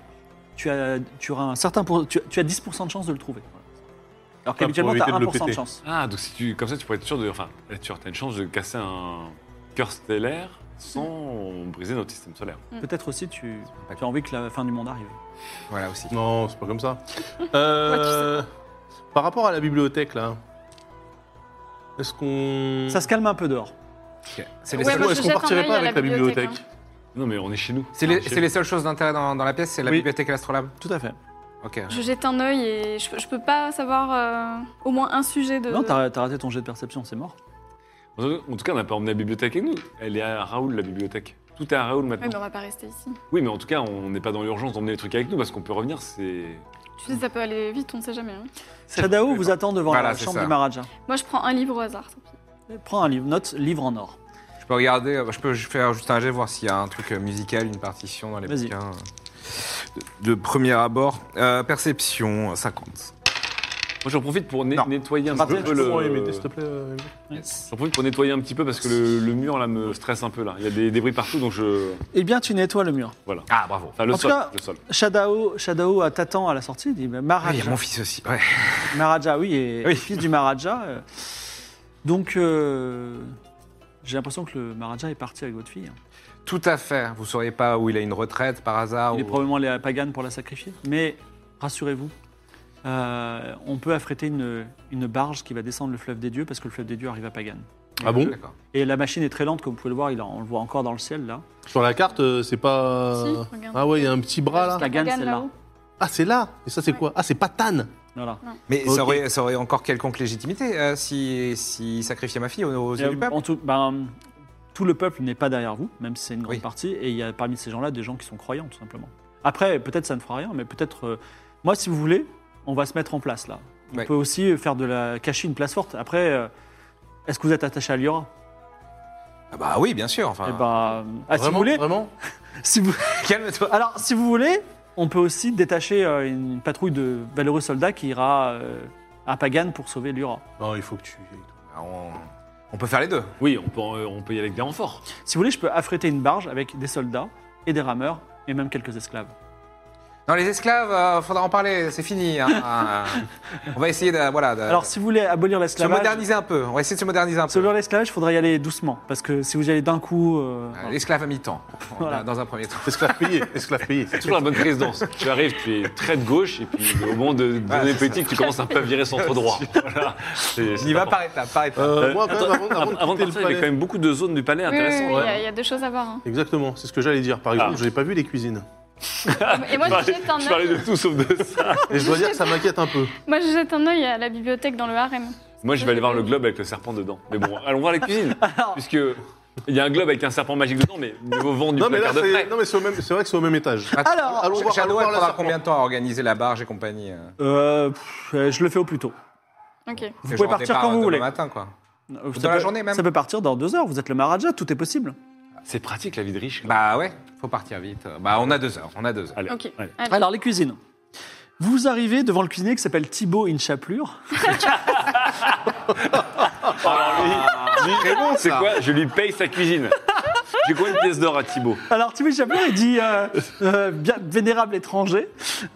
tu as, tu auras un certain pour- tu, tu as 10% de chance de le trouver. Alors qu'habituellement, tu as éviter de le 1% de, péter. chance. Ah, donc si tu, comme ça, tu pourrais être sûr de. Enfin, être sûr, t'as une chance de casser un cœur stellaire sans briser notre système solaire. Peut-être aussi, tu, tu as envie que la fin du monde arrive. Voilà aussi. Non, c'est pas comme ça. Euh, Par rapport à la bibliothèque, là, est-ce qu'on. Ça se calme un peu dehors. Ok. C'est les, Ouais, Est-ce seules- moi, qu'on- je est-ce qu'on jette un partirait œil pas à la avec la bibliothèque, bibliothèque Non, mais on est chez nous. c'est les- c'est les seules choses d'intérêt dans, dans la pièce, c'est la Oui. bibliothèque et l'astrolabe. Tout à fait. Ok. Je jette un œil et je, je peux pas savoir euh, au moins un sujet de. Non, t'as t'as raté ton jet de perception, c'est mort. En tout cas, on n'a pas emmené la bibliothèque avec nous. Elle est à Raoul, la bibliothèque. Tout est à Raoul Oui, mais Ah maintenant. on va pas rester ici. Oui, mais en tout cas, on n'est pas dans l'urgence d'emmener les trucs avec nous parce qu'on peut revenir. C'est. Tu sais, ça peut aller vite, on ne sait jamais. hein. Shadao vous attend devant Voilà, la c'est chambre ça. du Maharaja. Moi, je prends un livre au hasard. tant pis. Prends un livre, note livre en or. Je peux regarder, euh, je peux faire juste un jet, voir s'il y a un truc euh, musical, une partition dans les Vas-y. bouquins. euh, De, de premier abord. Euh, perception, 50. Moi, j'en profite pour né- Non. nettoyer un Ça petit va, peu Je pourrais le. m'aider, s'il te plaît. euh, Emile J'en profite pour nettoyer un petit peu parce que le, le mur là me stresse un peu là. Il y a des débris partout, donc je. Eh bien, tu nettoies le mur. Voilà. Ah, bravo. Enfin, le En tout sol. cas- Le sol. Shadao, Shadao t'attend à la sortie. Il dit mais Ah, il y a Maharaja. mon fils aussi. Ouais. Maharaja, oui, et Oui. fils du Maharaja. euh. Donc, euh, j'ai l'impression que le Maharaja est parti avec votre fille. hein. Tout à fait. Vous sauriez pas où il a une retraite par hasard Il est ou- probablement allé à Pagan pour la sacrifier. Mais rassurez-vous, euh, on peut affréter une, une barge qui va descendre le fleuve des dieux parce que le fleuve des dieux arrive à Pagan. Ah bon D'accord. Et la machine est très lente, comme vous pouvez le voir, il en- on le voit encore dans le ciel là. Sur la carte, euh, c'est pas. Si, regarde. Ah ouais, il y a un petit bras là. Jusqu'à Pagan, Pagan, c'est là-haut. Ah, c'est là. Et ça, c'est quoi Ah, c'est Patane. Voilà. Mais Ok. ça, aurait, ça aurait encore quelconque légitimité euh, si, si sacrifiait ma fille aux, aux yeux Et, du peuple. en tout, ben, tout le peuple n'est pas derrière vous, même si c'est une grande Oui. partie, et il y a parmi ces gens-là des gens qui sont croyants, tout simplement. Après, peut-être ça ne fera rien, mais peut-être. euh, moi, si vous voulez, on va se mettre en place là. On Ouais. peut aussi faire de la. cacher une place forte. Après, euh, est-ce que vous êtes attaché à Lyra Ah bah oui, bien sûr. Enfin, Eh ben, euh, ah, si vous Vraiment, voulez. Vraiment Si vous... calme-toi. Alors, si vous voulez, on peut aussi détacher euh, une patrouille de valeureux soldats qui ira euh, à Pagan pour sauver Lyra. Non, il faut que tu. Ah, On, on peut faire les deux. Oui, on peut, euh, on peut y aller avec des renforts. Si vous voulez, je peux affréter une barge avec des soldats et des rameurs et même quelques esclaves. Euh, Non, les esclaves, euh, faudra en parler. C'est fini. *laughs* hein. Ah, on va essayer de, voilà, de- Alors, si vous voulez abolir se l'esclavage, moderniser un peu. On va essayer de se moderniser un se peu. abolir l'esclavage, il faudra y aller doucement. Parce que si vous y allez d'un coup. euh, Euh, L'esclave à mi-temps, Voilà. dans un premier temps. Esclave payé, esclave payé. *laughs* C'est toujours la bonne présidence. tu arrives, tu es très de gauche, et puis au moment de Ah, donner c'est petit, tu commences un peu à virer *laughs* centre droit. Voilà. C'est- On c'est y va important. par étapes, par étapes. Euh, moi, quand même, Attends, avant, avant de Avant de partir, quitter le il y avait palais. quand même beaucoup de zones du palais Oui, oui, oui, intéressantes. il y, a- ouais. il y a deux choses à voir. *laughs* hein. Exactement, c'est ce que j'allais Ah. dire. Par exemple, j'ai pas vu les cuisines. Et moi, je jette un Je parlais œil. de tout sauf de ça. Et je dois dire que ça m'inquiète un peu. Moi, je jette un œil à la bibliothèque dans le harem. Moi, je vais aller voir *laughs* le globe avec le serpent dedans. Mais bon, allons voir la cuisine. Puisque il y a un globe avec un serpent magique dedans, mais niveau vent du Non, mais là, placard de c'est près. non, mais c'est au même- c'est vrai que c'est au même étage. Attends, Alors, allons voir- allons Shadow, elle voir la prendra serpente. combien de temps à organiser la barge et compagnie euh, euh, pff, euh, je le fais au plus tôt. Ok. c'est pouvez genre partir départ quand vous demain voulez. matin, quoi. Euh, la peut- journée même. Ça peut partir dans deux heures. Vous êtes le Maharaja, tout est possible. C'est pratique la vie de riche. Bah ouais, faut partir vite. Bah on a deux heures, on a deux heures. Allez. Ok. Allez. Allez. Alors, les cuisines. Vous arrivez devant le cuisinier qui s'appelle Thibaut Inchapelure. Alors, lui, Très bon, Ah, Ah. *laughs* c'est quoi Je lui paye sa cuisine. J'ai quoi une pièce d'or à Thibaut Alors, Thibaut Chapeau, il dit euh, euh, bien, Vénérable étranger,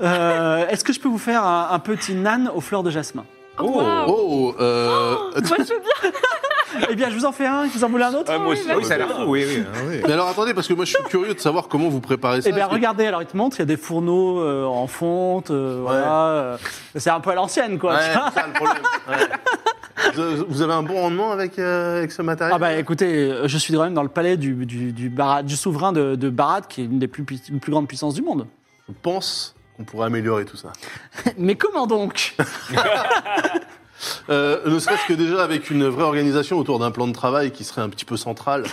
euh, est-ce que je peux vous faire un, un petit nan aux fleurs de jasmin Oh, waouh. Oh, euh, Moi, je veux bien. *laughs* Eh bien, je vous en fais un, vous en voulez un autre Ah, Moi aussi. Ah oui, ça a l'air fou, oui, oui. Mais alors attendez, parce que moi je suis curieux de savoir comment vous préparez ben, ça. Eh bien, parce que- regardez, alors il te montre, il y a des fourneaux euh, en fonte, euh, voilà. euh, c'est un peu à l'ancienne, quoi. Ouais, tu c'est vois. ça *laughs* le problème. Ouais. Vous avez- Vous avez un bon rendement avec, euh, avec ce matériel Ah bah écoutez, euh, je suis quand même dans le palais du, du, du, Bara- du souverain de, de Barad, qui est une des plus, pui- une plus grandes puissances du monde. Je pense qu'on pourrait améliorer tout ça. Mais comment donc Euh, ne serait-ce que déjà avec une vraie organisation autour d'un plan de travail qui serait un petit peu central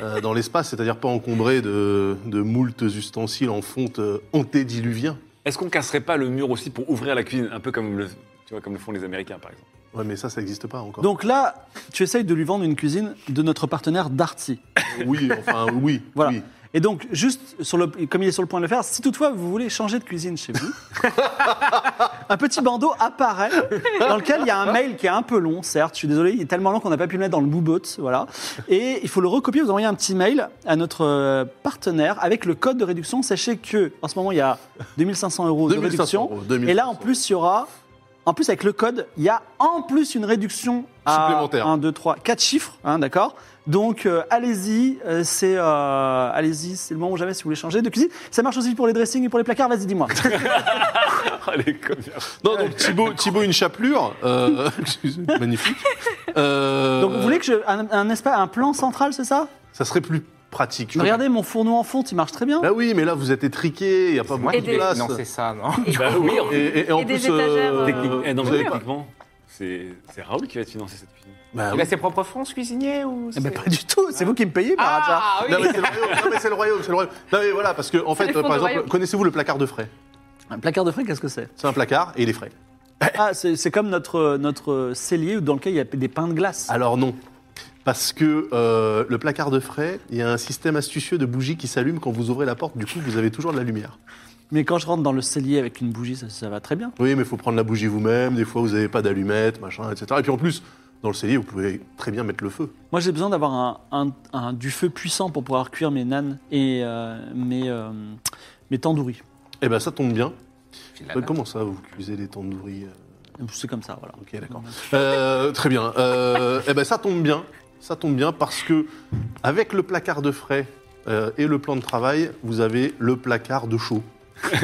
euh, dans l'espace, c'est-à-dire pas encombré de, de moult ustensiles en fonte euh, antédiluvien. Est-ce qu'on casserait pas le mur aussi pour ouvrir la cuisine Un peu comme le, tu vois, comme le font les Américains, par exemple. Ouais, mais ça, ça n'existe pas encore. Donc là, tu essayes de lui vendre une cuisine de notre partenaire Darty. *laughs* Oui, enfin, oui. *laughs* Voilà. oui. Et donc, juste sur le, comme il est sur le point de le faire, si toutefois vous voulez changer de cuisine chez *laughs* vous, un petit bandeau apparaît dans lequel il y a un mail qui est un peu long, certes. Je suis désolé, il est tellement long qu'on n'a pas pu le mettre dans le boobot, voilà. Et il faut le recopier. Vous envoyez un petit mail à notre euh, partenaire avec le code de réduction. Sachez que en ce moment il y a 2500 euros de 2500 réduction. euros, 2500. Et là, en plus, il y aura en plus, avec le code, il y a en plus une réduction à Supplémentaire. 1, 2, 3, 4 chiffres, hein, d'accord Donc, euh, allez-y, euh, c'est euh, allez-y, c'est le moment ou jamais si vous voulez changer de cuisine. Ça marche aussi pour les dressings et pour les placards, vas-y, *laughs* dis-moi. Euh, Ah, les commerces. Non, donc *laughs* Thibaut, Thibaut une chapelure. euh, *laughs* magnifique. Euh, Donc, vous voulez que je, un, un, espace, un plan central, c'est ça Ça serait plus pratique. je Regardez, mon fourneau en fonte, il marche très bien. Bah oui, mais là, vous êtes étriqué, il n'y a pas Moi, beaucoup je de l'ai- place. Ah Non, c'est ça, non Bah oui, en Et, fait. et en Et des plus, étagères, euh, Technique- eh, non, vous mais avez pas- techniquement, c'est c'est Raoul qui va te financer cette cuisine. Bah Il oui. a ses propres fonds, ce cuisinier ou Eh c'est- ben, pas du tout, c'est vous qui me payez par hasard. Ah Non, oui mais c'est le royaume, non, mais c'est le royaume, c'est le royaume. Non, mais voilà, parce que, en fait, les euh, fonds par du exemple, royaume. connaissez-vous le placard de frais Un placard de frais, qu'est-ce que c'est C'est un placard et il est frais. *laughs* Ah, c'est c'est comme notre, notre euh, cellier dans lequel il y a des pains de glace. Alors non. Parce que euh, le placard de frais, il y a un système astucieux de bougies qui s'allument quand vous ouvrez la porte, du coup, vous avez toujours de la lumière. Mais quand je rentre dans le cellier avec une bougie, ça, ça va très bien. Oui, mais il faut prendre la bougie vous-même, des fois, vous n'avez pas d'allumettes, machin, etc. Et puis en plus, dans le cellier, vous pouvez très bien mettre le feu. Moi, j'ai besoin d'avoir un, un- un- du feu puissant pour pouvoir cuire mes nanes et euh, mes, euh, mes tandoori. Eh ben, ça tombe bien. Il a- Euh, Comment ça, vous cuisez les tandouris euh, C'est comme ça, voilà. Ok, d'accord. Euh, très bien. Euh, eh ben, ça tombe bien. Ça tombe bien parce que avec le placard de frais euh, et le plan de travail, vous avez le placard de chaud. Alors,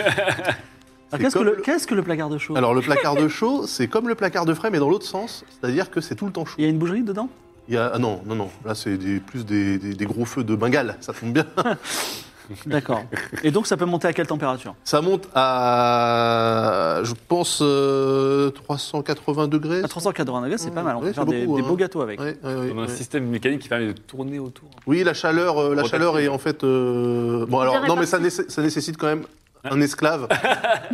C'est Qu'est-ce que, comme le- le- qu'est-ce que le placard de chaud Alors le placard de chaud, *laughs* c'est comme le placard de frais, mais dans l'autre sens, c'est-à-dire que c'est tout le temps chaud. Il y a une bougerie dedans Il y a- ah non, non, non. Là, c'est des- plus des, des- des gros feux de Bengale. Ça tombe bien. *laughs* D'accord. et donc, ça peut monter à quelle température Ça monte à, je pense, euh, 380 degrés. À 380 degrés, c'est pas mal. On Ouais, peut c'est faire des, beaucoup, des hein. beaux gâteaux avec. Ouais, ouais, ouais, On a un ouais. système mécanique qui permet de tourner autour. Oui, la chaleur, euh, la Rotative. chaleur est en fait. euh, Bon, alors, dirait non, pas mais ça, nécess- ça nécessite quand même un *laughs* esclave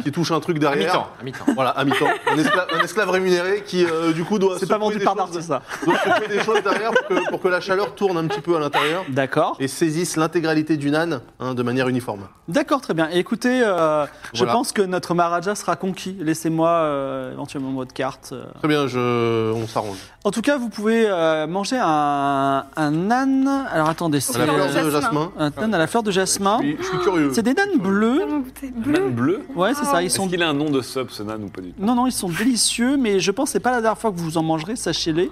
qui touche un truc À derrière. Hein mi-temps, à mi-temps. Voilà, à mi-temps. Un esclave, un esclave rémunéré qui, euh, du coup, doit. C'est pas secouer vendu des par choses- hein. Darty, ça. Doit secouer des choses derrière pour que, pour que la chaleur tourne un petit peu à l'intérieur D'accord. et saisisse l'intégralité du nan hein, de manière uniforme. D'accord, très bien. Et écoutez, euh, je Voilà. pense que notre Maharaja sera conquis. Laissez-moi euh, éventuellement votre carte. euh. Très bien, je... on s'arrange. En tout cas, vous pouvez euh, manger un, un âne. Alors, attendez, c'est À la euh, fleur de Jasmin. jasmin. un âne à la fleur de jasmin. Je suis curieux. C'est des nanes bleues. Tellement goûté. Un Bleu. nan bleu Ouais, c'est ça. Ils Est-ce sont. qu'il a un nom de sub, ce nan, ou pas du tout Non, non, ils sont délicieux, mais je pense que c'est pas la dernière fois que vous en mangerez, sachez-les.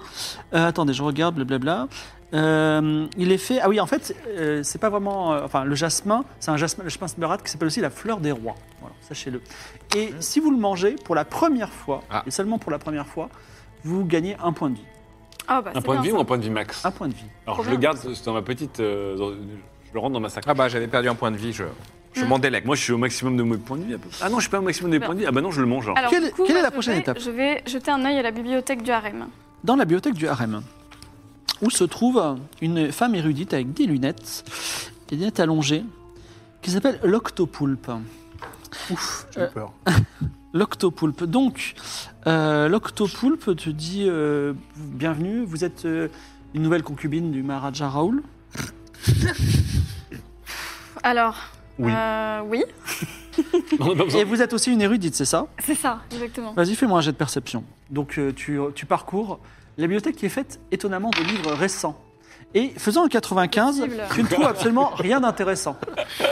Euh, attendez, je regarde, blablabla. Euh, il est fait. Ah oui, en fait, euh, c'est pas vraiment. euh, enfin, le jasmin, c'est un jasmin, le jasmin smurade qui s'appelle aussi la fleur des rois. Voilà, sachez-le. Et si vous le mangez pour la première fois, Ah. et seulement pour la première fois, vous gagnez un point de vie. Ah, bah, Un c'est point de bien, Ah, vie ou un point de vie max Un point de vie. Alors je le garde c'est dans ma petite. euh, dans- je le rentre dans ma sacoche. Ah bah, j'avais perdu un point de vie, je, je m'en délègue. Moi je suis au maximum de mes points de vie à peu près. Ah non, je suis pas au maximum des Non. points de vie. Ah bah non, je le mange. alors. Alors, Quelle- du coup, quelle moi, est la je prochaine vais- étape Je vais jeter un œil à la bibliothèque du harem. dans la bibliothèque du harem, où se trouve une femme érudite avec des lunettes, des lunettes allongées, qui s'appelle l'octopoulpe. Ouf, J'ai eu peur. l'octopoulpe. Donc, euh, l'octopoulpe te dit euh, Bienvenue, vous êtes euh, une nouvelle concubine du Maharaja Raoul. Alors. Oui. euh, oui, Ah. On a pas besoin. Et vous êtes aussi une érudite, c'est ça c'est ça, exactement. Vas-y, fais-moi un jet de perception. Donc, euh, tu, tu parcours la bibliothèque qui est faite étonnamment de livres récents. et faisant un 95, Possible. tu ne trouves absolument rien d'intéressant.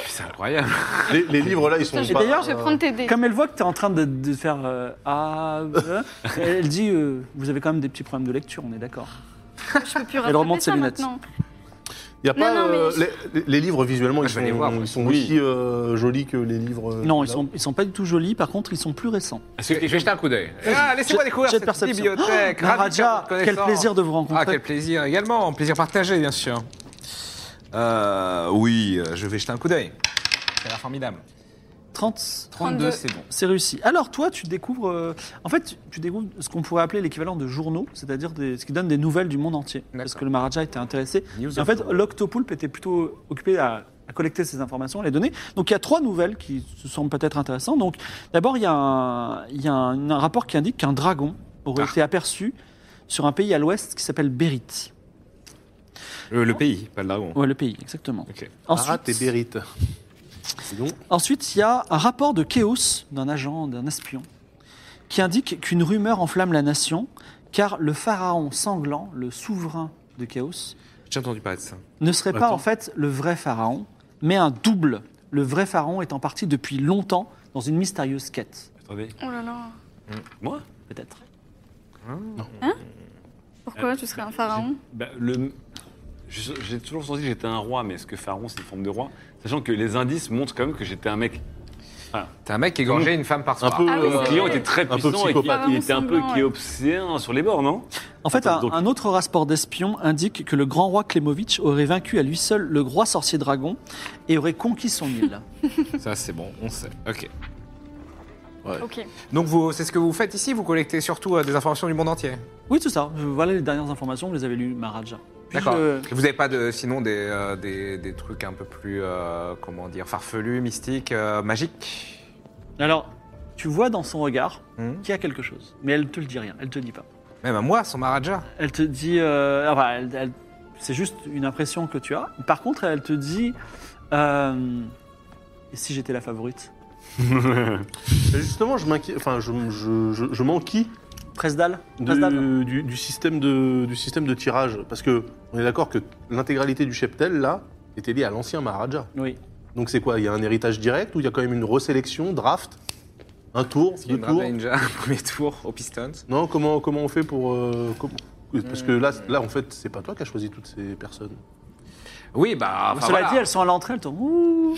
C'est incroyable. Les, les livres là, ils sont Putain, j'ai- pas. d'ailleurs, Je vais prendre tes dés. Comme elle voit que tu es en train de, de faire euh, Ah, euh, elle dit euh, Vous avez quand même des petits problèmes de lecture, on est d'accord. Je peux plus rattraper remonte ses ça lunettes. maintenant. Il y a pas non, mais euh, je- les, les- les livres visuellement, Ah, ils Je sont, vais les voir, moi. ils sont Oui. aussi euh, jolis que les livres. euh, Non, ils là. sont, ils sont pas du tout jolis, par contre, ils sont plus récents. Je vais jeter un coup d'œil. Ah, laissez-moi Jet- découvrir jet cette perception. bibliothèque. Oh, Ravi de faire Maharaja, votre quel connaissance. plaisir de vous Ah, rencontrer. quel plaisir également. Plaisir partagé, bien sûr. Euh, oui, euh, je vais jeter un coup d'œil. Ça a l'air formidable. 30, 32, 32. c'est bon. c'est réussi. Alors, toi, tu découvres. euh, en fait, tu- tu découvres ce qu'on pourrait appeler l'équivalent de journaux, c'est-à-dire des- ce qui donne des nouvelles du monde entier. Parce D'accord. que le Maharaja était intéressé. News Et en of fait, the world. l'Octopoulpe était plutôt occupé à, à collecter ces informations, à les donner. Donc, il y a trois nouvelles qui se semblent peut-être intéressantes. Donc, d'abord, il y a, un, il y a un, un rapport qui indique qu'un dragon aurait Ah. été aperçu sur un pays à l'ouest qui s'appelle Bérite. euh, Le, le pays, pas le dragon. Ouais, le pays, exactement. Ok. Arate et Bérite. C'est bon. Ensuite, il y a un rapport de Chaos d'un agent, d'un espion, qui indique qu'une rumeur enflamme la nation, car le pharaon sanglant, le souverain de Chaos, J'ai entendu parler de ça. ne serait pas Attends. en fait le vrai pharaon, mais un double. Le vrai pharaon étant parti depuis longtemps dans une mystérieuse quête, Attendez, Oh là là. moi peut-être. Euh, Pourquoi tu serais un pharaon Bah, le... je- J'ai toujours senti que j'étais un roi, mais est-ce que Pharaon, c'est une forme de roi Sachant que les indices montrent quand même que j'étais un mec. T'as un mec qui égorgeait une femme par Un soir. peu. Ah oui, euh, Mon c'est client vrai. était très peu puissant et qui- psychopathe. il était un peu Semblant, ouais. kéopsien sur les bords, non En fait, Attends, un, donc- un autre rapport d'espion indique que le grand roi Klemovitch aurait vaincu à lui seul le roi sorcier dragon et aurait conquis son *laughs* île. Ça, c'est bon, on sait. Ok. Ok. Donc, vous, c'est ce que vous faites ici Vous collectez surtout euh, des informations du monde entier Oui, tout ça. Euh, Voilà les dernières informations, vous les avez lues, Maharaja. Puis, D'accord. euh, Vous n'avez pas de, sinon des, euh, des, des trucs un peu plus, euh, comment dire, farfelus, mystiques, euh, magiques Alors, tu vois dans son regard Hmm. qu'il y a quelque chose, mais elle ne te le dit rien, elle te le dit pas. Même à moi, son Maharaja. Elle te dit, euh, enfin, elle- elle- c'est juste une impression que tu as. Par contre, elle te dit, euh, et si j'étais la favorite, Mais Justement, je m'inquiète. Enfin, je, je, je, je m'enquis Presdal, de- Presdal. du, du système de, du système de tirage. Parce que on est d'accord que l'intégralité du cheptel, là, était liée à l'ancien Maharaja. Oui. Donc c'est quoi Il y a un héritage direct ou il y a quand même une resélection, draft Un tour Il Deux me rappelle tours Ninja, *laughs* premier tour au Pistons. Non, comment, comment on fait pour. euh, com- Parce que là, Euh. là, en fait, c'est pas toi qui as choisi toutes ces personnes. Oui, bah. enfin, Cela voilà. dit, elles sont à l'entrée, elles te Ouh.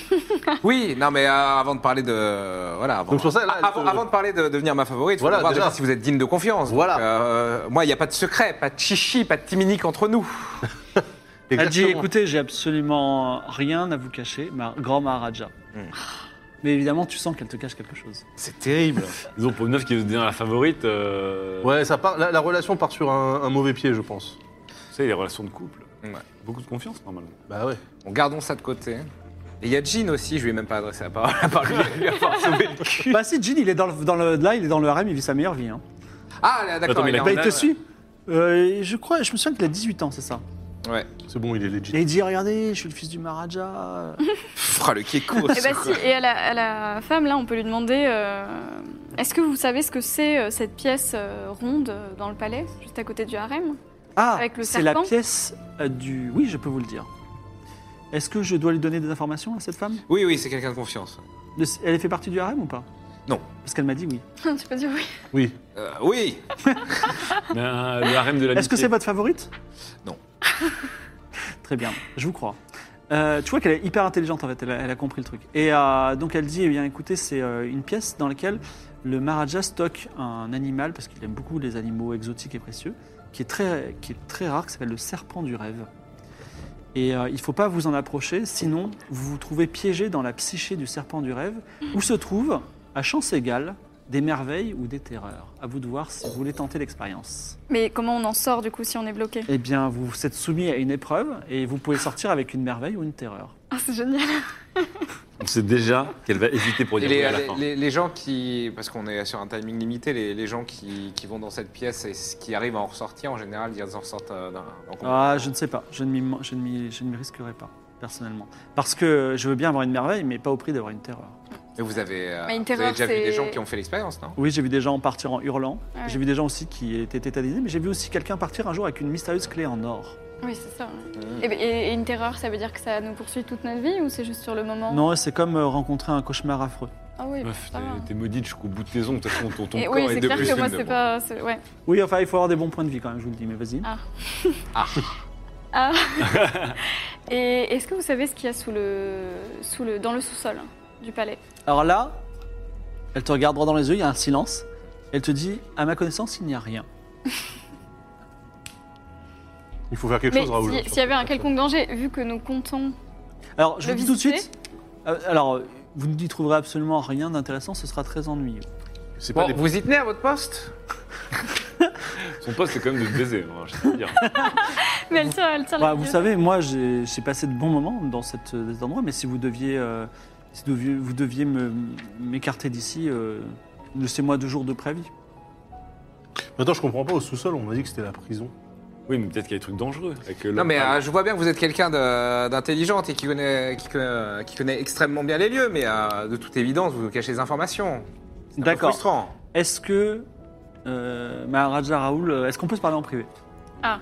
Oui, non, mais euh, avant de parler de. Voilà. Avant, Donc, sur ça, là, Ah, avant, euh, avant de parler de devenir ma favorite, Voilà, voilà, voir déjà. déjà si vous êtes digne de confiance. Donc, Voilà. euh, moi, il n'y a pas de secret, pas de chichi, pas de timinique entre nous. Elle dit, Exactement. écoutez, j'ai absolument rien à vous cacher, ma grand Maharaja. Ah. Mais évidemment, tu sens qu'elle te cache quelque chose. C'est terrible. Disons, pour une meuf qui veut devenir la favorite, euh, Ouais, ça part, la, la relation part sur un, un mauvais pied, je pense. tu sais, les relations de couple, Ouais. beaucoup de confiance normalement. Bah ouais. Bon, gardons ça de côté. Et il y a Jean aussi, je lui ai même pas adressé la parole, *laughs* à part lui, lui avoir sauvé le cul. bah si, Jean, il est dans le, dans le- là, il est dans le harem, il vit sa meilleure vie. hein. Ah, là, d'accord. Attends, mais il est la- Bah, en- il te ouais. suit. Euh, je crois, je me souviens qu'il a 18 ans, c'est ça. Ouais. C'est bon, il est legit. Et il dit Regardez, je suis le fils du *laughs* Maharaja. Pff, oh, le Kiko. Eh ben si, et à la, à la femme, là, on peut lui demander euh, est-ce que vous savez ce que c'est euh, cette pièce euh, ronde euh, dans le palais, juste à côté du harem *laughs* Ah, Avec le c'est la serpent pièce euh, du. Oui, je peux vous le dire. Est-ce que je dois lui donner des informations à cette femme Oui, oui, c'est quelqu'un de confiance. De- Elle fait partie du harem ou pas Non. Parce qu'elle m'a dit oui. Tu peux dire oui. Oui. Euh, oui, Euh, le harem de la Est-ce que c'est votre favorite Non. *laughs* Très bien, je vous crois. Euh, tu vois qu'elle est hyper intelligente en fait, elle a, elle a compris le truc. Et euh, donc elle dit, eh bien écoutez, c'est euh, une pièce dans laquelle le Maharaja stocke un animal, parce qu'il aime beaucoup les animaux exotiques et précieux, qui est très, qui est très rare, qui s'appelle le serpent du rêve. Et euh, il ne faut pas vous en approcher, sinon vous vous trouvez piégé dans la psyché du serpent du rêve, où se trouvent, à chance égale, des merveilles ou des terreurs. À vous de voir si vous voulez tenter l'expérience. Mais comment on en sort du coup si on est bloqué *laughs* Eh bien, vous vous êtes soumis à une épreuve et vous pouvez sortir avec une merveille ou une terreur. Ah, c'est génial. On sait déjà qu'elle va éviter pour Et dire oui les, à la les- fin. les- les gens qui, parce qu'on est sur un timing limité, les, les gens qui, qui vont dans cette pièce et ce qui arrivent à en ressortir, en général, ils en ressortent euh, dans, dans combien Ah, je ne sais pas. Je ne m'y- je ne m'y je ne m'y risquerai pas, personnellement. Parce que je veux bien avoir une merveille, mais pas au prix d'avoir une terreur. Et vous avez, euh, Mais une vous avez terreur, déjà vu des c'est- gens qui ont fait l'expérience, non Oui, j'ai vu des gens partir en hurlant. Ouais. J'ai vu des gens aussi qui étaient tétanisés, mais j'ai vu aussi quelqu'un partir un jour avec une mystérieuse clé en or. *laughs* Oui, c'est ça. ouais. Et, Eh ben, et- et une terreur, ça veut dire que ça nous poursuit toute notre vie ou c'est juste sur le moment Non, c'est comme euh, rencontrer un cauchemar affreux. Ah oui, Meuf, ça va. t'es- t'es maudite jusqu'au bout de tes ongles. De toute façon, ton, ton Et corps Eh oui, est c'est de clair plus que moi, faible. c'est pas. c'est- Ouais. Oui, enfin, il faut avoir des bons points de vie quand même, je vous le dis, mais vas-y. Ah. Ah. Et est-ce que vous savez ce qu'il y a sous le, sous le, dans le sous-sol hein, du palais Alors là, elle te regarde droit dans les yeux, il y a un silence. Elle te dit, à ma connaissance, il n'y a rien. Il faut faire quelque Mais chose, Raoul. si- s'il y avait un quelconque danger, vu que nous comptons. Alors, je Le vous dis tout de visiter suite. euh, alors, euh, vous n'y trouverez absolument rien d'intéressant, ce sera très ennuyeux. C'est pas Bon, des- vous y tenez à votre poste Son poste, c'est quand même de te baiser. hein, je sais pas dire. Mais elle tire, elle tire la Bah, vous queue. savez, moi, j'ai j'ai passé de bons moments dans cette, euh, cet endroit, mais si vous deviez, euh, si deviez- vous deviez me- m'écarter d'ici, euh, laissez-moi deux jours de préavis. Attends, je comprends pas. Au sous-sol, on m'a dit que c'était la prison. Oui, mais peut-être qu'il y a des trucs dangereux. Avec Non, mais euh, je vois bien que vous êtes quelqu'un de- d'intelligent et qui connaît, qui, connaît, qui connaît extrêmement bien les lieux, mais euh, de toute évidence, vous nous cachez des informations. C'est un peu D'accord. frustrant. Est-ce que, euh, Maharaja Raoul, euh, est-ce qu'on peut se parler en privé Ah,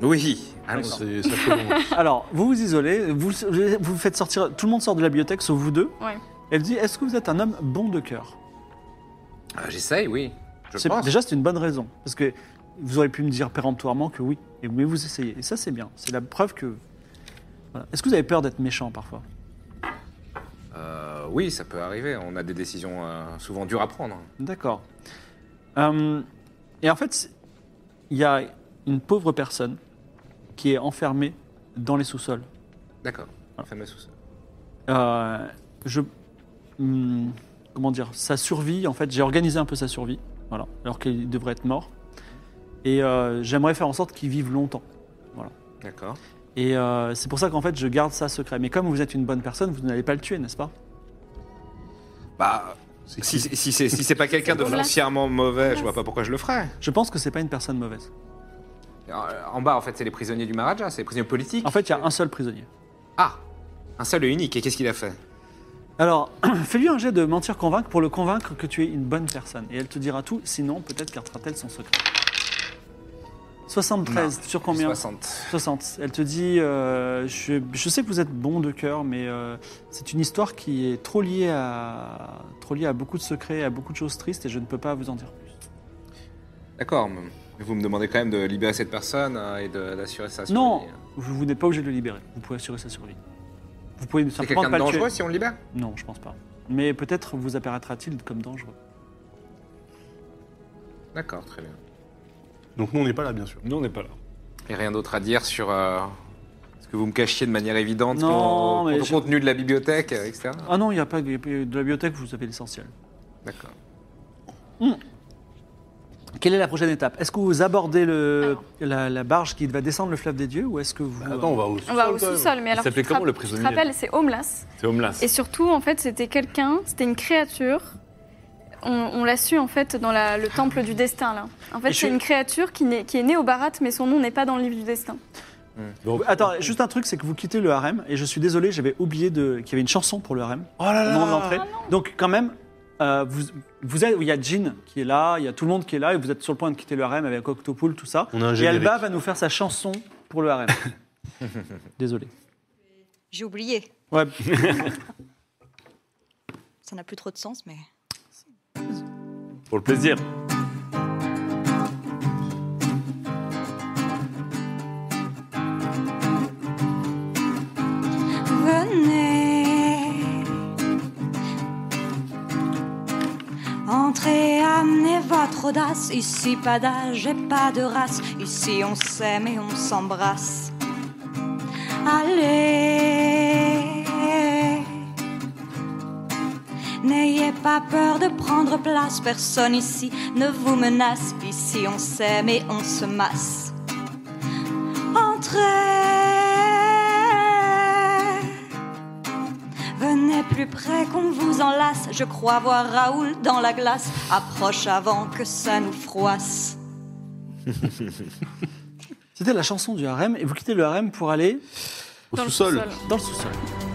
Oui, Ah, allons-y. c'est ça fait long. Alors, vous vous isolez, vous, vous faites sortir, tout le monde sort de la bibliothèque sauf vous deux. ouais. Elle dit, est-ce que vous êtes un homme bon de cœur Ah, J'essaye, oui. Je C'est- pense. Déjà, c'est une bonne raison, parce que vous auriez pu me dire péremptoirement que oui, et- mais vous essayez. Et ça, c'est bien. C'est la preuve que... voilà. Est-ce que vous avez peur d'être méchant parfois Euh, oui, ça peut arriver. On a des décisions euh, souvent dures à prendre. D'accord. Hum, et en fait, c'est- il y a une pauvre personne qui est enfermée dans les sous-sols. D'accord. Fameux sous- Euh, je. hum, comment dire Sa survie, en fait, j'ai organisé un peu sa survie, voilà, alors qu'il devrait être mort. Et euh, j'aimerais faire en sorte qu'il vive longtemps. D'accord. Et euh, c'est pour ça qu'en fait, je garde ça secret. Mais comme vous êtes une bonne personne, vous n'allez pas le tuer, n'est-ce pas Bah, si, si, si c'est si c'est *laughs* pas quelqu'un de Voilà. foncièrement mauvais, je vois pas pourquoi je le ferais. Je pense que c'est pas une personne mauvaise. Euh, En en bas, en fait, c'est les prisonniers du Maharaja, c'est les prisonniers politiques. En fait, il y a un seul prisonnier. Ah Un seul et unique. Et qu'est-ce qu'il a fait Alors, *clears throat* fais-lui un jet de mentir-convaincre pour le convaincre que tu es une bonne personne. Et elle te dira tout, sinon peut-être gardera-t-elle son secret. 73, sur combien 60. 60. Elle te dit, euh, je, je sais que vous êtes bon de cœur, mais euh, c'est une histoire qui est trop liée, à, trop liée à beaucoup de secrets, à beaucoup de choses tristes, et je ne peux pas vous en dire plus. D'accord. mais Vous me demandez quand même de libérer cette personne euh, et de- d'assurer sa survie. Non, vous, vous n'êtes pas obligé de le libérer. Vous pouvez assurer sa survie. Vous pouvez C'est simplement ne pas quelqu'un de le tuer. dangereux si on le libère Non, je pense pas. Mais peut-être vous apparaîtra-t-il comme dangereux. D'accord, très bien. Donc nous, on n'est pas là, bien sûr. Non, on n'est pas là. Et rien d'autre à dire sur euh, ce que vous me cachiez de manière évidente Non, quant au- mais quant au je- contenu de la bibliothèque, euh, etc. Ah non, il n'y a pas de de la bibliothèque, vous avez l'essentiel. D'accord. Quelle est la prochaine étape Est-ce que vous abordez le, Alors. la, la barge qui va descendre le fleuve des dieux ou est-ce que vous... Bah, Attends, on va au On sous-sol. va au quand même. sous-sol, mais alors. s'appelait tu te comment, le rapp- prisonnier Tu te rappelles, c'est Homeless. C'est Homeless. Et surtout, en fait, c'était quelqu'un, c'était une créature. On, on l'a su en fait dans la- le temple du destin là. En fait, Et c'est je- une créature qui, naît- qui est née au Barat, mais son nom n'est pas dans le livre du destin. Bon, Attends, juste un truc, c'est que vous quittez le harem et je suis désolé, j'avais oublié de... qu'il y avait une chanson pour le harem. Oh là au moment de l'entrée. Donc quand même, euh, vous, vous êtes, il y a Jean qui est là, il y a tout le monde qui est là et vous êtes sur le point de quitter le harem avec Octopool, tout ça. On a un et générique. Alba va nous faire sa chanson pour le *laughs* harem. désolé. J'ai oublié. Ouais, Ça n'a plus trop de sens, mais. Pour le plaisir. Venez. Entrez, amenez votre audace. Ici, pas d'âge et pas de race. Ici, on s'aime et on s'embrasse. Allez. N'ayez pas peur de prendre place. Personne ici ne vous menace. Ici, on s'aime et on se masse. Entrez. Venez plus près qu'on vous enlace. Je crois voir Raoul dans la glace. Approche avant que ça nous froisse. C'était la chanson du harem et vous quittez le harem pour aller Au Dans le sous-sol. sous-sol. dans le sous-sol.